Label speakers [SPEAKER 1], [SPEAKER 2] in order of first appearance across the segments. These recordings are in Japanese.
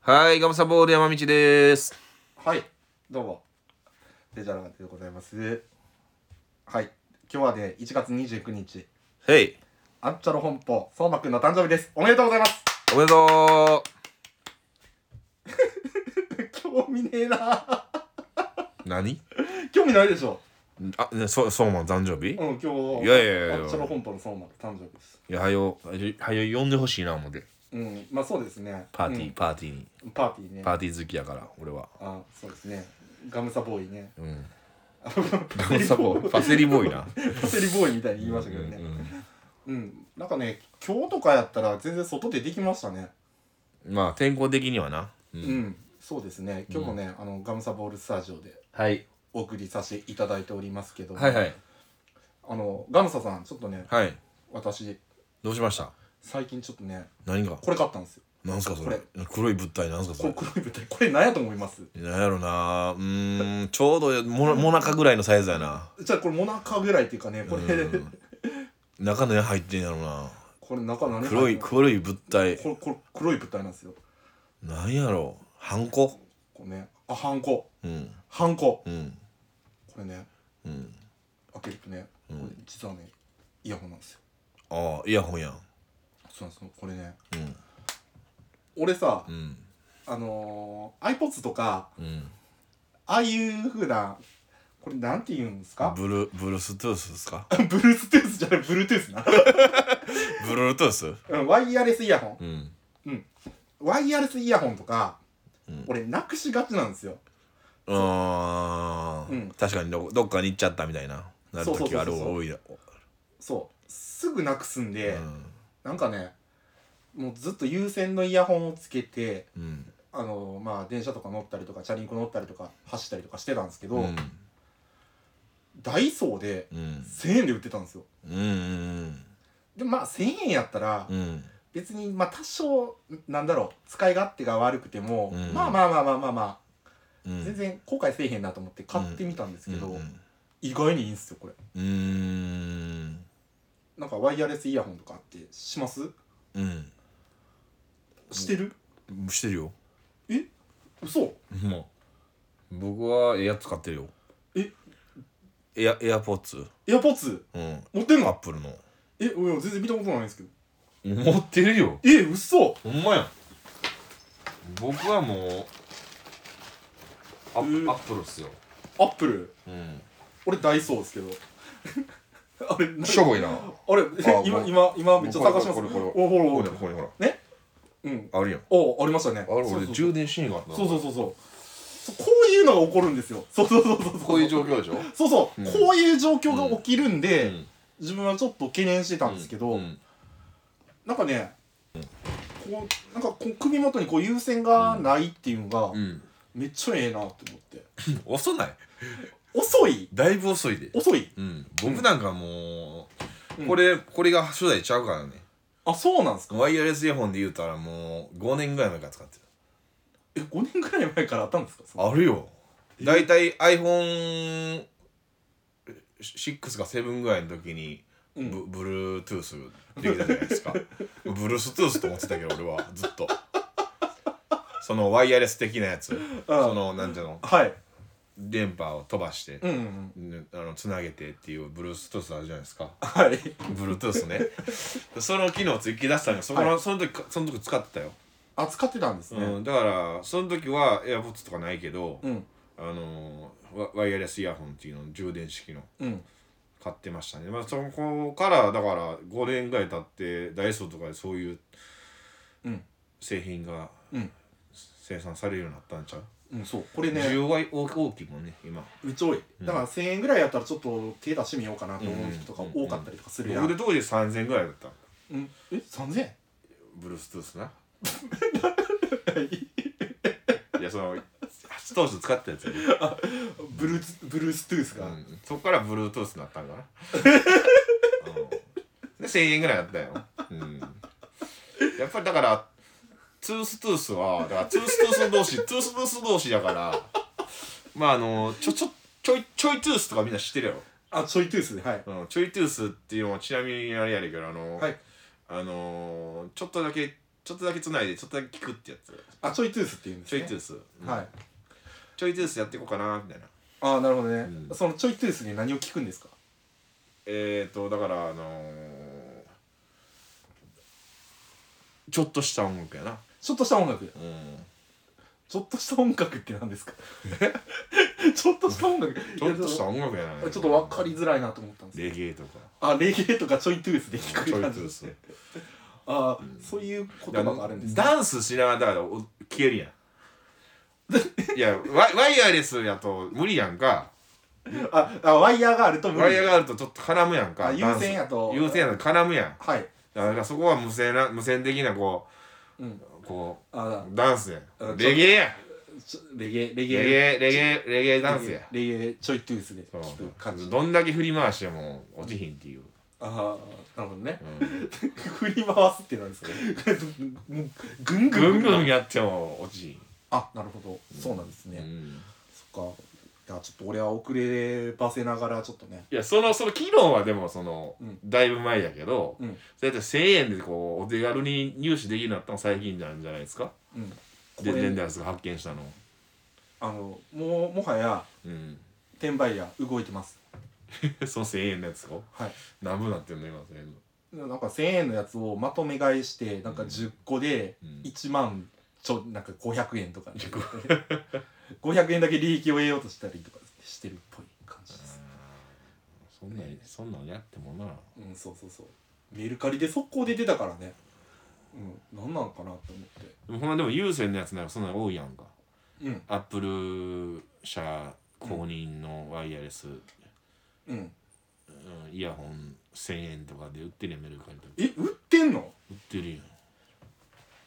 [SPEAKER 1] はい、ガムサボール山道です。
[SPEAKER 2] はい、どうも。デジャラでございます。はい、今日はね、1月29日、
[SPEAKER 1] へい、
[SPEAKER 2] アンチャロ本舗、相馬くんの誕生日です。おめでとうございます。
[SPEAKER 1] おめでと
[SPEAKER 2] 興味ねえな。
[SPEAKER 1] う。何？
[SPEAKER 2] 興味ないでしょ。
[SPEAKER 1] あ、ね、そ、そうまん誕生日？
[SPEAKER 2] うん、今日、
[SPEAKER 1] いやいやいや
[SPEAKER 2] アンチャロ本舗の相馬くん誕生日です。
[SPEAKER 1] いや、はよ、はよはよ呼んでほしいな思って。
[SPEAKER 2] うん、まあそうですね。
[SPEAKER 1] パーティー、パーティーに、
[SPEAKER 2] うんパーティーね。
[SPEAKER 1] パーティー好きやから、俺は。
[SPEAKER 2] あ、そうですね。ガムサボーイね。
[SPEAKER 1] うん。 ガムサボール、パセリボーイな。
[SPEAKER 2] パセリボーイみたいに言いましたけどね。
[SPEAKER 1] う
[SPEAKER 2] うんん
[SPEAKER 1] うん
[SPEAKER 2] なんかね、今日とかやったら全然外でできましたね。
[SPEAKER 1] うんまあ天候的にはな。う
[SPEAKER 2] うんん、そうですね。今日もね、あのガムサボールスタジオで
[SPEAKER 1] はい。
[SPEAKER 2] お送りさせていただいておりますけども
[SPEAKER 1] はいはい
[SPEAKER 2] あのガムサさんちょっとね
[SPEAKER 1] はい。
[SPEAKER 2] 私
[SPEAKER 1] どうしました？
[SPEAKER 2] 最近ちょっとね
[SPEAKER 1] 何が？
[SPEAKER 2] これ買ったんですよ
[SPEAKER 1] なんすかそれ？黒い物体なんすかそ
[SPEAKER 2] こ
[SPEAKER 1] れ
[SPEAKER 2] の？黒い舞台これ何やと思います
[SPEAKER 1] なんやろな。うーん、ちょうどモナモナカぐらいのサイズやな。
[SPEAKER 2] じゃあこれモナカぐらいっていうかねこれ、
[SPEAKER 1] うん中の絵入ってんやろな。
[SPEAKER 2] これ中何
[SPEAKER 1] 黒い
[SPEAKER 2] こ
[SPEAKER 1] 黒い物体
[SPEAKER 2] れこれ黒い舞台なんですよ
[SPEAKER 1] なんやろハンコ
[SPEAKER 2] これねあハンコ
[SPEAKER 1] うん
[SPEAKER 2] ハンコ
[SPEAKER 1] うん
[SPEAKER 2] これね
[SPEAKER 1] うん
[SPEAKER 2] 開けるとね、これ実はねイヤホンなんですよ
[SPEAKER 1] ああイヤホンやん
[SPEAKER 2] そうなんですよこれね
[SPEAKER 1] うん
[SPEAKER 2] 俺さ、
[SPEAKER 1] うん
[SPEAKER 2] あのー、iPods とか
[SPEAKER 1] うん
[SPEAKER 2] ああいうふうなこれなんて言うんですか
[SPEAKER 1] ブルブルーストゥースですか
[SPEAKER 2] ブルーストゥースじゃないブルートゥースな
[SPEAKER 1] ブルートゥース
[SPEAKER 2] うんワイヤレスイヤホン
[SPEAKER 1] うん
[SPEAKER 2] ワイヤレスイヤホンとか、
[SPEAKER 1] うん
[SPEAKER 2] 俺なくしがちなんですよ
[SPEAKER 1] あー、
[SPEAKER 2] うん
[SPEAKER 1] 確かにどどっかに行っちゃったみたいななる
[SPEAKER 2] そうそうそう
[SPEAKER 1] 時
[SPEAKER 2] そう
[SPEAKER 1] ある多いな
[SPEAKER 2] そうすぐなくすんで、
[SPEAKER 1] うん
[SPEAKER 2] なんかねもうずっと有線のイヤホンをつけて
[SPEAKER 1] うん
[SPEAKER 2] あのまあ電車とか乗ったりとかチャリンコ乗ったりとか走ったりとかしてたんですけど、
[SPEAKER 1] うん
[SPEAKER 2] ダイソーで
[SPEAKER 1] うん
[SPEAKER 2] 1000円で売ってたんですよ
[SPEAKER 1] うんうん
[SPEAKER 2] でまあ1000円やったら
[SPEAKER 1] うん
[SPEAKER 2] 別にまあ多少なんだろう使い勝手が悪くても、
[SPEAKER 1] うん
[SPEAKER 2] まあまあまあまあまあま
[SPEAKER 1] う
[SPEAKER 2] あ
[SPEAKER 1] ん
[SPEAKER 2] 全然後悔せえへんなと思って買ってみたんですけど、
[SPEAKER 1] うん
[SPEAKER 2] 意外にいいんですよこれ
[SPEAKER 1] うん
[SPEAKER 2] なんかワイヤレスイヤホンとかってします
[SPEAKER 1] うん
[SPEAKER 2] してる、
[SPEAKER 1] うんしてるよ
[SPEAKER 2] 嘘
[SPEAKER 1] まあ僕はエア使ってるよ
[SPEAKER 2] え
[SPEAKER 1] エアエアポッツ
[SPEAKER 2] エアポッツ
[SPEAKER 1] うん
[SPEAKER 2] 持ってん
[SPEAKER 1] アッ
[SPEAKER 2] の
[SPEAKER 1] プルの
[SPEAKER 2] え俺全然見たことないんですけど
[SPEAKER 1] 持ってるよ
[SPEAKER 2] え嘘
[SPEAKER 1] ほんまやん僕はもうア,、
[SPEAKER 2] うん
[SPEAKER 1] アップルっすよ
[SPEAKER 2] アップル
[SPEAKER 1] うん
[SPEAKER 2] 俺ダイソーですけど あれな
[SPEAKER 1] しょぼいな
[SPEAKER 2] あれ
[SPEAKER 1] あ
[SPEAKER 2] 今
[SPEAKER 1] もう
[SPEAKER 2] 今今めっちゃ探します
[SPEAKER 1] これこれこれこれ
[SPEAKER 2] お
[SPEAKER 1] ここ
[SPEAKER 2] ほらほ
[SPEAKER 1] に
[SPEAKER 2] ら
[SPEAKER 1] ここにほら
[SPEAKER 2] うん
[SPEAKER 1] あるやんあ
[SPEAKER 2] おありましたね
[SPEAKER 1] れ
[SPEAKER 2] そう
[SPEAKER 1] 俺
[SPEAKER 2] そう
[SPEAKER 1] 充電シーンがあったな
[SPEAKER 2] そうそうそうそうそうこういうのが起こるんですよそうそうそうそうそう
[SPEAKER 1] こういう状況でしょ
[SPEAKER 2] そうそう、
[SPEAKER 1] うん
[SPEAKER 2] こういう状況が起きるんで、
[SPEAKER 1] うん
[SPEAKER 2] 自分はちょっと懸念してたんですけど、
[SPEAKER 1] うん
[SPEAKER 2] なんかね、こうなんかこう首元にこう優先がないっていうのが、
[SPEAKER 1] うん
[SPEAKER 2] めっちゃええなって思って
[SPEAKER 1] 遅ない
[SPEAKER 2] 遅い
[SPEAKER 1] だいぶ遅いで
[SPEAKER 2] 遅い
[SPEAKER 1] うん僕なんかもう、
[SPEAKER 2] うん
[SPEAKER 1] これこれが初代ちゃうからね
[SPEAKER 2] あそうなんですか
[SPEAKER 1] ワイヤレスイヤホンで言うたらもう5年ぐらい前から使ってる
[SPEAKER 2] え5年ぐらい前からあったんですかそ
[SPEAKER 1] あるよ大体 iPhone6 か7ぐらいの時に
[SPEAKER 2] う
[SPEAKER 1] ブ,、
[SPEAKER 2] ん
[SPEAKER 1] ブルートゥースできたじゃない ですかブルーストゥースと思ってたけど俺はずっとそのワイヤレス的なやつそのなんていうの
[SPEAKER 2] はい
[SPEAKER 1] 電波を飛ばして
[SPEAKER 2] うん、うんうん、
[SPEAKER 1] ねあのつなげてっていうブルーストゥースあるじゃないですか
[SPEAKER 2] はい
[SPEAKER 1] ブルートゥースねその機能をつき出したのがそこの、その時かその時使ってたよ
[SPEAKER 2] 扱ってたんですね
[SPEAKER 1] うん、だからその時は AirPods とかないけど、
[SPEAKER 2] うん
[SPEAKER 1] あのーワワイヤレスイヤホンっていうのを充電式の
[SPEAKER 2] うん
[SPEAKER 1] 買ってましたねまあそこからだから5年ぐらい経ってダイソーとかでそういう
[SPEAKER 2] うん
[SPEAKER 1] 製品が
[SPEAKER 2] うん
[SPEAKER 1] 生産されるようになったんちゃう、
[SPEAKER 2] うん、そうこれ
[SPEAKER 1] 需
[SPEAKER 2] ね
[SPEAKER 1] 要が大大きいもんね今
[SPEAKER 2] うち多いだから1000円ぐらいやったらちょっと手出してみようかなと思う人とか
[SPEAKER 1] うん
[SPEAKER 2] 多かったりとかするやん、
[SPEAKER 1] 僕で当時3000ぐらいだった
[SPEAKER 2] うん、え3000円
[SPEAKER 1] ブルーストゥースないやその当時使ったやつやで
[SPEAKER 2] ブルースブルーストゥースが、
[SPEAKER 1] うんそっから Bluetooth になったんか な、うんで1000円ぐらいだったよ、うん、やっぱりだからトゥーストゥースはだからトゥーストゥース同士トゥーストゥース同士だからまああのちょちょちょいちょいトゥースとかみんな知ってるや
[SPEAKER 2] あちょいトゥースではい
[SPEAKER 1] ろ、うん、ちょいトゥースっていうのはちなみにあれやねんけどあの、
[SPEAKER 2] はい
[SPEAKER 1] あのちょっとだけちょっとだけつないでちょっとだけ聞くってやつ
[SPEAKER 2] あちょいトゥースっていうんです
[SPEAKER 1] ちょ
[SPEAKER 2] ね
[SPEAKER 1] いトゥー
[SPEAKER 2] ス
[SPEAKER 1] ス、
[SPEAKER 2] はい
[SPEAKER 1] ちょいトゥースやっていこうかなみたいな
[SPEAKER 2] ああなるほどね、
[SPEAKER 1] うん
[SPEAKER 2] そのちょいトゥースに何を聞くんですか
[SPEAKER 1] えーとだからあのーちょっとした音楽やな
[SPEAKER 2] ちょっとした音楽
[SPEAKER 1] うん
[SPEAKER 2] ちょっとした音楽って何で すかちょっとした音楽
[SPEAKER 1] ちょっとした
[SPEAKER 2] い
[SPEAKER 1] 音楽やな
[SPEAKER 2] やちょっと分かりづらいなと思ったんです
[SPEAKER 1] レゲエとか
[SPEAKER 2] あレゲエとかちょいトゥースで
[SPEAKER 1] ち
[SPEAKER 2] 聞
[SPEAKER 1] ょいト
[SPEAKER 2] く
[SPEAKER 1] ゥ
[SPEAKER 2] 感じ
[SPEAKER 1] ー
[SPEAKER 2] です
[SPEAKER 1] ス
[SPEAKER 2] ねああ、そういう言葉があるんですね
[SPEAKER 1] ダンスしながらだからお聞け るやんいやワイワイヤレスやと無理やんか
[SPEAKER 2] ああワイヤーがあると無理
[SPEAKER 1] ワイヤーがあるとちょっと絡むやんかダ
[SPEAKER 2] あ
[SPEAKER 1] ンス
[SPEAKER 2] 優先やと
[SPEAKER 1] 優先やと絡むやん
[SPEAKER 2] はい、
[SPEAKER 1] だからそこは無線な無線的なこ
[SPEAKER 2] うん、
[SPEAKER 1] うこ
[SPEAKER 2] あ
[SPEAKER 1] うダンスや
[SPEAKER 2] うん
[SPEAKER 1] レゲエや
[SPEAKER 2] ちょレゲエレゲ
[SPEAKER 1] レ
[SPEAKER 2] エ
[SPEAKER 1] ゲエレゲエレゲエダンスや
[SPEAKER 2] レゲエちょいトゥースで
[SPEAKER 1] そ
[SPEAKER 2] 聞く感じ
[SPEAKER 1] うどんだけ振り回しても落ちひんっていう、
[SPEAKER 2] ああなるほどね
[SPEAKER 1] うん
[SPEAKER 2] 振り回すってな んですかもうぐんぐん
[SPEAKER 1] ぐんぐんやっても落ち
[SPEAKER 2] あなるほどそうなんです
[SPEAKER 1] ひん、
[SPEAKER 2] ね、
[SPEAKER 1] うん
[SPEAKER 2] そっかいやちょっと俺は遅ればせながらちょっとね
[SPEAKER 1] いやそのその機能はでもその、
[SPEAKER 2] うん
[SPEAKER 1] だいぶ前やけど、
[SPEAKER 2] うん
[SPEAKER 1] そうやって1,000円でこうお手軽に入手できるようになったの最近なんじゃないですか
[SPEAKER 2] うんこ
[SPEAKER 1] でレン
[SPEAKER 2] れ
[SPEAKER 1] ダースが発見したの
[SPEAKER 2] あのもうもはや
[SPEAKER 1] うん
[SPEAKER 2] 転売屋動いてます
[SPEAKER 1] その1,000円のやつを
[SPEAKER 2] はい
[SPEAKER 1] 何分なってんの今1,000円の
[SPEAKER 2] なんか1000円のやつをまとめ買いしてなんか10個で
[SPEAKER 1] うん
[SPEAKER 2] 1万ちょなんか500円 とか、500円だけ利益を得ようとしたりとかしてるっぽい感じです、
[SPEAKER 1] そんなんそんなんやってもな
[SPEAKER 2] うんそうそうそうメルカリで速攻で出たからねうん何なんかなって思って
[SPEAKER 1] でもほんまでも有線のやつなんかそんなん多いやんか
[SPEAKER 2] うん
[SPEAKER 1] アップル社公認のワイヤレス、
[SPEAKER 2] うん
[SPEAKER 1] うんイヤホン1,000円とかで売ってるやんメルカリとか
[SPEAKER 2] え売ってんの
[SPEAKER 1] 売ってるやん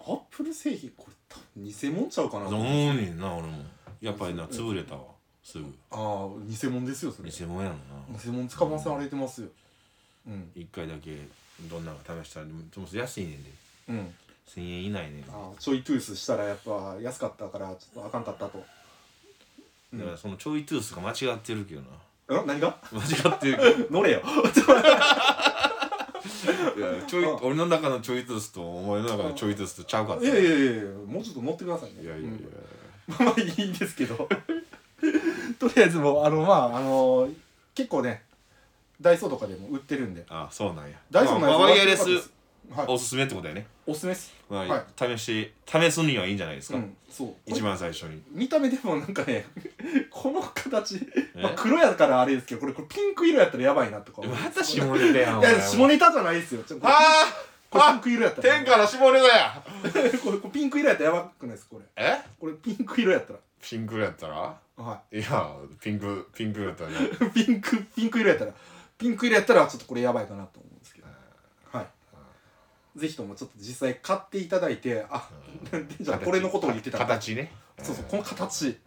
[SPEAKER 2] アップル製品これ多分偽物ちゃうかな
[SPEAKER 1] 思う
[SPEAKER 2] あ
[SPEAKER 1] ねんな俺もやっぱりな潰れたわすぐ
[SPEAKER 2] あー偽物ですよそれ
[SPEAKER 1] 偽物やろな
[SPEAKER 2] 偽物捕まされてますようん
[SPEAKER 1] 一回だけどんなのか試したらでもでも安いねんで
[SPEAKER 2] うん
[SPEAKER 1] 1000円以内ねんで
[SPEAKER 2] ああちょいトゥースしたらやっぱ安かったからちょっとあかんかったとうん
[SPEAKER 1] だからそのちょいトゥースが間違ってるけ どな
[SPEAKER 2] え何が
[SPEAKER 1] 間違ってるけ
[SPEAKER 2] 乗れよ
[SPEAKER 1] どいやちょい
[SPEAKER 2] あ
[SPEAKER 1] 俺の中のちょいトゥースとお前の中のちょいトゥースとちゃうかった
[SPEAKER 2] いやいやいやいやもうちょっと乗ってくださいね
[SPEAKER 1] いやいやいや
[SPEAKER 2] うんまあいいんですけどとりあえずもうあのまああの結構ねダイソーとかでも売ってるんで
[SPEAKER 1] あそうなんや
[SPEAKER 2] ダイソー
[SPEAKER 1] ま
[SPEAKER 2] の
[SPEAKER 1] あ
[SPEAKER 2] やつ
[SPEAKER 1] ワイヤレス
[SPEAKER 2] はい
[SPEAKER 1] おすすめってことやね
[SPEAKER 2] おすすめです
[SPEAKER 1] まあ
[SPEAKER 2] は
[SPEAKER 1] 試し試すにはいいんじゃないです
[SPEAKER 2] う
[SPEAKER 1] か
[SPEAKER 2] んそう
[SPEAKER 1] 一番最初に
[SPEAKER 2] 見た目でもなんかねこの形、
[SPEAKER 1] え
[SPEAKER 2] まあ、黒やからあれですけどこれこれピンク色やったらやばいなとか思う
[SPEAKER 1] また下ネタやん
[SPEAKER 2] い
[SPEAKER 1] お前
[SPEAKER 2] や下ネタじゃないですよちょこれ
[SPEAKER 1] あ
[SPEAKER 2] これピン
[SPEAKER 1] あ
[SPEAKER 2] ク色やったら
[SPEAKER 1] 天下の下ネタや
[SPEAKER 2] これこれピンク色やったらやばくないですかこれ
[SPEAKER 1] え
[SPEAKER 2] これピンク色やったら
[SPEAKER 1] ピンクやったら
[SPEAKER 2] はい
[SPEAKER 1] やピンクピンクやったらね
[SPEAKER 2] い ピンクピンク色やったらピンク色やったらちょっとこれやばいかなと思うんですけどはいぜひともちょっと実際買っていただいてあじゃあこれのことを言ってたんだ
[SPEAKER 1] 形ね
[SPEAKER 2] そうそうこの形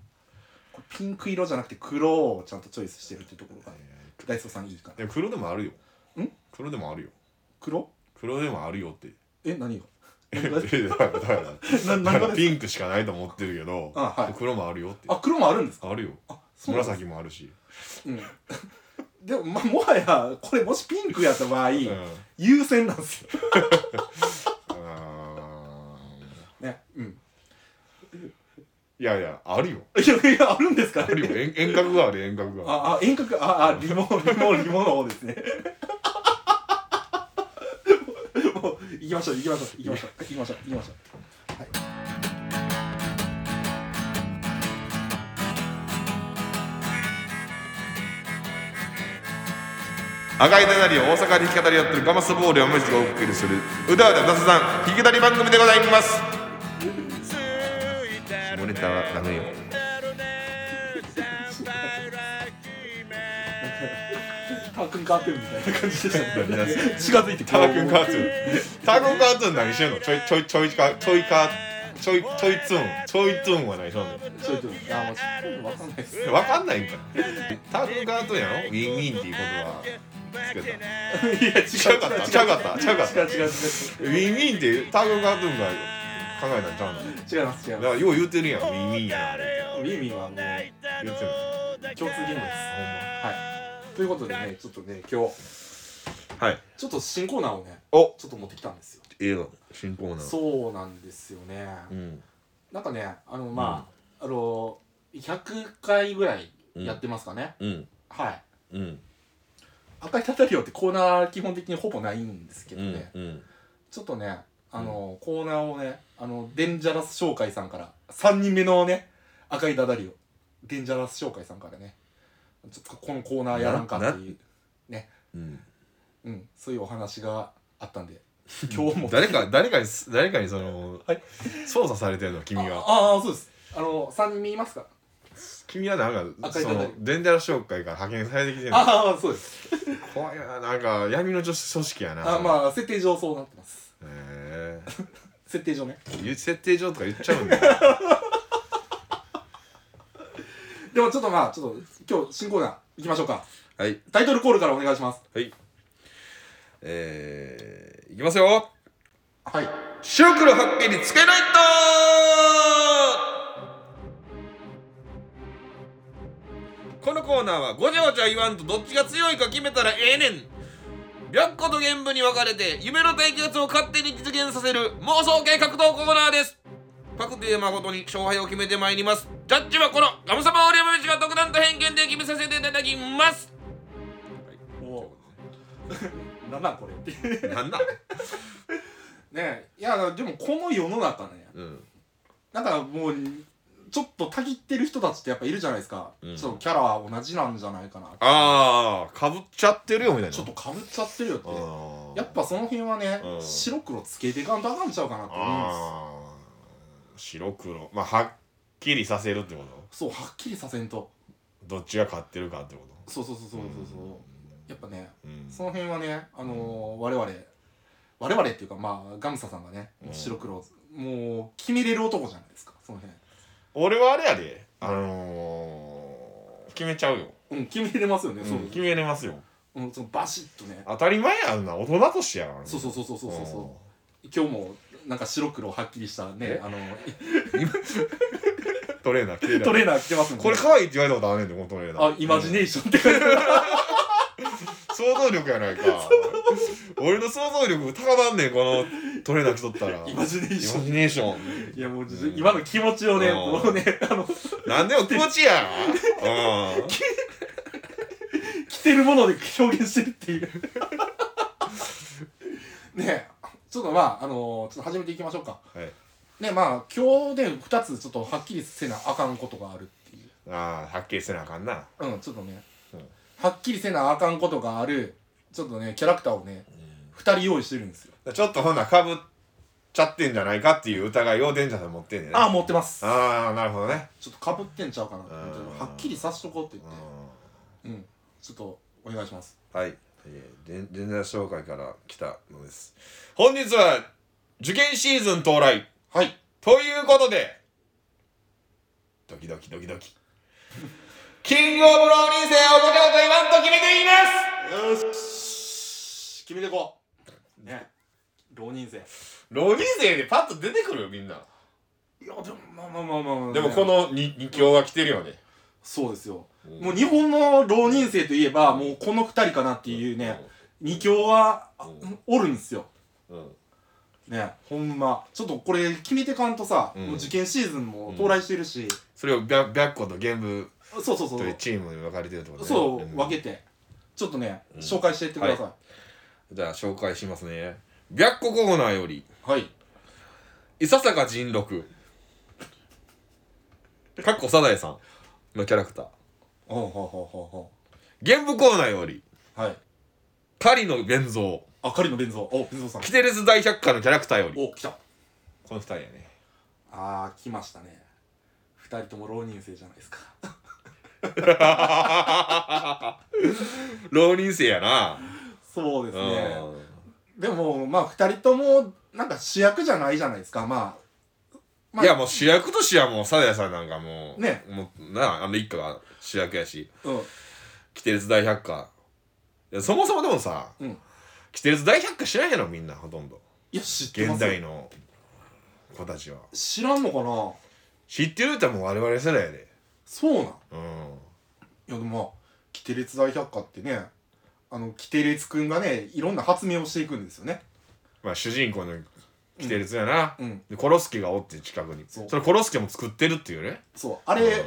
[SPEAKER 2] これピンク色じゃなくて黒をちゃんとチョイスしてるってところがダイソーさんいいか
[SPEAKER 1] い
[SPEAKER 2] ら
[SPEAKER 1] や黒でもあるよ
[SPEAKER 2] ん
[SPEAKER 1] 黒でもあるよ
[SPEAKER 2] 黒
[SPEAKER 1] 黒でもあるよって
[SPEAKER 2] え何 が
[SPEAKER 1] だからだから
[SPEAKER 2] な
[SPEAKER 1] だ
[SPEAKER 2] 何
[SPEAKER 1] か
[SPEAKER 2] が
[SPEAKER 1] ら
[SPEAKER 2] です
[SPEAKER 1] ピンクしかないと思ってるけど
[SPEAKER 2] あはい
[SPEAKER 1] 黒もあるよって
[SPEAKER 2] あ黒もあるんですか
[SPEAKER 1] あるよ
[SPEAKER 2] あそうなんです
[SPEAKER 1] 紫もあるし
[SPEAKER 2] うん、 でも、まあ、もはやこれもしピンクやった場合、
[SPEAKER 1] うん
[SPEAKER 2] 優先なんですよ
[SPEAKER 1] あ
[SPEAKER 2] ねうん
[SPEAKER 1] ーいやいやあるよ
[SPEAKER 2] いやいやあるんです
[SPEAKER 1] あ
[SPEAKER 2] か
[SPEAKER 1] るよ遠遠隔がある遠隔があ
[SPEAKER 2] ああ遠隔ああリモ リモリモの方ですね もう行きましょう行きましょう行きましょう行きましょう行きましょう
[SPEAKER 1] る赤いたなりを大阪で弾き語りやってるガマスボールを無視がお送りするうだうだ雑談弾き語り番組でございます下ネタはダメよ
[SPEAKER 2] タワー君変わってるみたいな感じでしたね
[SPEAKER 1] 何何
[SPEAKER 2] 近づいて
[SPEAKER 1] タークンカートゥーンタークンカートゥーン何してんのちょいちょいちょいかちょいかちょいちょいツーンちょいツーンは何してんの
[SPEAKER 2] ちょいちょいあもうちょっとわかん ないです
[SPEAKER 1] わかんないんかタークンカートゥーンやろウィンウィンっていうことはつけた
[SPEAKER 2] い や違
[SPEAKER 1] 違うかった違うかった違うかった
[SPEAKER 2] 違う違
[SPEAKER 1] ウ
[SPEAKER 2] う違う違う
[SPEAKER 1] ィンウィンってタークンカートゥーンが考えたんちゃうの
[SPEAKER 2] 違います違い
[SPEAKER 1] だ
[SPEAKER 2] ま
[SPEAKER 1] からよう言うてるやんウィンウィンやなあれ
[SPEAKER 2] すミーミーはもう
[SPEAKER 1] 言うてる
[SPEAKER 2] 共通言語ですはいということでねちょっとね今日
[SPEAKER 1] はい
[SPEAKER 2] ちょっと新コーナーをね
[SPEAKER 1] お
[SPEAKER 2] ちょっと持ってきたんですよ
[SPEAKER 1] 映画進行なの
[SPEAKER 2] そうなんですよね、
[SPEAKER 1] うん
[SPEAKER 2] なんかねあのまあ、あの100回ぐらいやってますかね、
[SPEAKER 1] うん
[SPEAKER 2] はい
[SPEAKER 1] うん
[SPEAKER 2] 赤いたたりをってコーナー基本的にほぼないんですけ
[SPEAKER 1] う
[SPEAKER 2] ど
[SPEAKER 1] ん
[SPEAKER 2] ね、
[SPEAKER 1] うん
[SPEAKER 2] ちょっとねあの、コーナーをねあのデンジャラス紹介さんから3人目のね赤いダダリをデンジャラス紹介さんからねちょっとこのコーナーやらんかっていう、
[SPEAKER 1] うん
[SPEAKER 2] うん、そういうお話があったん で今日も
[SPEAKER 1] 誰か誰かにす誰かにその、
[SPEAKER 2] はい
[SPEAKER 1] 操作されてるの君
[SPEAKER 2] あ
[SPEAKER 1] は
[SPEAKER 2] ああそうですあの3人見いますか
[SPEAKER 1] 君はなんか
[SPEAKER 2] 赤い
[SPEAKER 1] そ
[SPEAKER 2] たた
[SPEAKER 1] の
[SPEAKER 2] り
[SPEAKER 1] デンジャラ紹介から派遣されてきてるの
[SPEAKER 2] ああそうです
[SPEAKER 1] 怖いななんか闇の組織やな
[SPEAKER 2] あまあ設定上そうなってます
[SPEAKER 1] へ
[SPEAKER 2] 設定上ね
[SPEAKER 1] え言う設定上とか言っちゃうんだ よ
[SPEAKER 2] でもちょっとまあちょっと今日新コーナー行きましょうか
[SPEAKER 1] はい
[SPEAKER 2] タイトルコールからお願いします
[SPEAKER 1] はいえー、いきますよ
[SPEAKER 2] はい
[SPEAKER 1] 白黒はっきりつけないとこのコーナーはごちゃごちゃ言わんとどっちが強いか決めたらええねん白虎と玄武に分かれて夢の対決を勝手に実現させる妄想系格闘コーナーです各テーマごとに勝敗を決めてまいりますジャッジはこのガムサバオリアムチが独断と偏見で決めさせていただきます
[SPEAKER 2] おなんなんこれってね
[SPEAKER 1] なんだ
[SPEAKER 2] えいやでもこの世の中ね
[SPEAKER 1] うん
[SPEAKER 2] なんかもうちょっとたぎってる人たちってやっぱいるじゃないですか、
[SPEAKER 1] うん
[SPEAKER 2] ちょっとキャラは同じなんじゃないかな
[SPEAKER 1] ああかぶっちゃってるよみたい
[SPEAKER 2] ちょっとかぶっちゃってるよってやっ
[SPEAKER 1] ぱ
[SPEAKER 2] ぱその辺はね、
[SPEAKER 1] うん
[SPEAKER 2] 白黒つけていかんとあかんちゃうかなって思うんで
[SPEAKER 1] あー白黒まあはっきりさせるってこと
[SPEAKER 2] すそうはっきりさせんと
[SPEAKER 1] どっちが勝ってるかってこと
[SPEAKER 2] そうそうそうそうそうそう、
[SPEAKER 1] うん
[SPEAKER 2] やっぱね
[SPEAKER 1] うん
[SPEAKER 2] その辺はねあのー、我々我々っていうかまあガムサさんがね
[SPEAKER 1] うん
[SPEAKER 2] 白黒をもう決めれる男じゃないですかその辺
[SPEAKER 1] 俺はあれやであのー、決めちゃうよ、
[SPEAKER 2] うん決めれますよね、
[SPEAKER 1] うん決めれますよ
[SPEAKER 2] そう、うん、そのバシッとね
[SPEAKER 1] 当たり前やんな大人としてやん
[SPEAKER 2] そうそうそうそうそうそう
[SPEAKER 1] うん
[SPEAKER 2] 今日もなんか白黒はっきりしたね
[SPEAKER 1] え
[SPEAKER 2] あの
[SPEAKER 1] トレーナー着てる
[SPEAKER 2] ト
[SPEAKER 1] や
[SPEAKER 2] レーナー着てますもん
[SPEAKER 1] んこ
[SPEAKER 2] ね
[SPEAKER 1] れ可愛いって言われたことあんねんでこのトレーナー
[SPEAKER 2] あイマジネーションって書 いてあ
[SPEAKER 1] 想像
[SPEAKER 2] る
[SPEAKER 1] 力や ないか俺の想像力高まんねんこのトレーナー着とったら
[SPEAKER 2] イマジネー
[SPEAKER 1] イ
[SPEAKER 2] シ
[SPEAKER 1] マ
[SPEAKER 2] ョン
[SPEAKER 1] ジネーション
[SPEAKER 2] いやもう、
[SPEAKER 1] うん
[SPEAKER 2] 今の気持ちをね
[SPEAKER 1] うん
[SPEAKER 2] もうねあの
[SPEAKER 1] なんでも気持ちいいやろうん
[SPEAKER 2] 着てるもので表現してるっていう ねえちょっとまああのちょっと始めていきましょうか
[SPEAKER 1] はい
[SPEAKER 2] ねまあ今日で2つちょっとはっきりせなあかんことがあるっていう
[SPEAKER 1] ああはっきりせなあかんな
[SPEAKER 2] うんちょっとね、
[SPEAKER 1] うん
[SPEAKER 2] はっきりせなあかんことがあるちょっとねキャラクターをね2人用意してるんですよ
[SPEAKER 1] ちょっとほんならかぶっちゃってんじゃないかっていう疑いをデンジャーさん持ってんねんね
[SPEAKER 2] ああ持ってます
[SPEAKER 1] あーなるほどね
[SPEAKER 2] ちょっとかぶってんちゃうかなって思って
[SPEAKER 1] うん
[SPEAKER 2] はっきりさしとこうって言っ
[SPEAKER 1] う
[SPEAKER 2] てうんちょっとお願いします
[SPEAKER 1] んはい、えー、デンデンジャー紹介から来たのです本日は受験シーズン到来
[SPEAKER 2] はい
[SPEAKER 1] ということでドキドキドキド キキングオブ浪人生をごちゃごちゃ言わんと決めています
[SPEAKER 2] よし決めてこうね浪人生
[SPEAKER 1] 浪人生でパッと出てくるよみんない
[SPEAKER 2] やでもまあまあまあまあまあ、
[SPEAKER 1] でもこの 2, 二強は来てるよね
[SPEAKER 2] そうですよ、
[SPEAKER 1] うん
[SPEAKER 2] もう日本の浪人生といえばもうこの2人かなっていうね、二強は、あ
[SPEAKER 1] うん
[SPEAKER 2] おるんですよ
[SPEAKER 1] うんうん
[SPEAKER 2] ねほんまちょっとこれ決めてかんとさ、
[SPEAKER 1] うん
[SPEAKER 2] もう受験シーズンも到来してるし、
[SPEAKER 1] それを白白虎と玄武
[SPEAKER 2] そうそうそう
[SPEAKER 1] というチームに分かれてるってことね
[SPEAKER 2] そう、
[SPEAKER 1] ん
[SPEAKER 2] 分けてちょっとね、
[SPEAKER 1] うん
[SPEAKER 2] 紹介していってくださ
[SPEAKER 1] じゃあ紹介しますね白虎コーナーより
[SPEAKER 2] いはい、
[SPEAKER 1] 伊佐坂仁六かっこサザエさんのキャラクター
[SPEAKER 2] ほうほうほうほうほ
[SPEAKER 1] 玄武コーナーより
[SPEAKER 2] うはい
[SPEAKER 1] 狩野弁蔵
[SPEAKER 2] あかりの弁蔵お弁蔵さん
[SPEAKER 1] キテレツ大百科のキャラクターより
[SPEAKER 2] お来た
[SPEAKER 1] この二人やね
[SPEAKER 2] あー来ましたね二人とも浪人生じゃないですか
[SPEAKER 1] 浪人生やな、
[SPEAKER 2] そうですね
[SPEAKER 1] うん
[SPEAKER 2] でもまあ二人ともなんか主役じゃないじゃないですかままあ
[SPEAKER 1] いやもう主役としてはもうサザエさんなんかもう
[SPEAKER 2] ね
[SPEAKER 1] もうなあの一家が主役やし
[SPEAKER 2] あうん
[SPEAKER 1] キテレツ大百科いやそもそもでもさ、
[SPEAKER 2] うん
[SPEAKER 1] キテレツ大百科知らんやろみんなほとんど
[SPEAKER 2] いや知ってま
[SPEAKER 1] 現
[SPEAKER 2] す
[SPEAKER 1] 代
[SPEAKER 2] よ
[SPEAKER 1] の子たちは
[SPEAKER 2] 知らんのかな
[SPEAKER 1] 知ってるってもう我々世代やで
[SPEAKER 2] そうなんい
[SPEAKER 1] うん
[SPEAKER 2] やでもまあキテレツ大百科ってねあのキテレツくんがねいろんな発明をしていくんですよね
[SPEAKER 1] まあ、主人公の着てるやつやな、
[SPEAKER 2] うん
[SPEAKER 1] でコロスケがおって近くに
[SPEAKER 2] そう
[SPEAKER 1] それコロスケも作ってるっていうね
[SPEAKER 2] そうあ
[SPEAKER 1] あ
[SPEAKER 2] れ、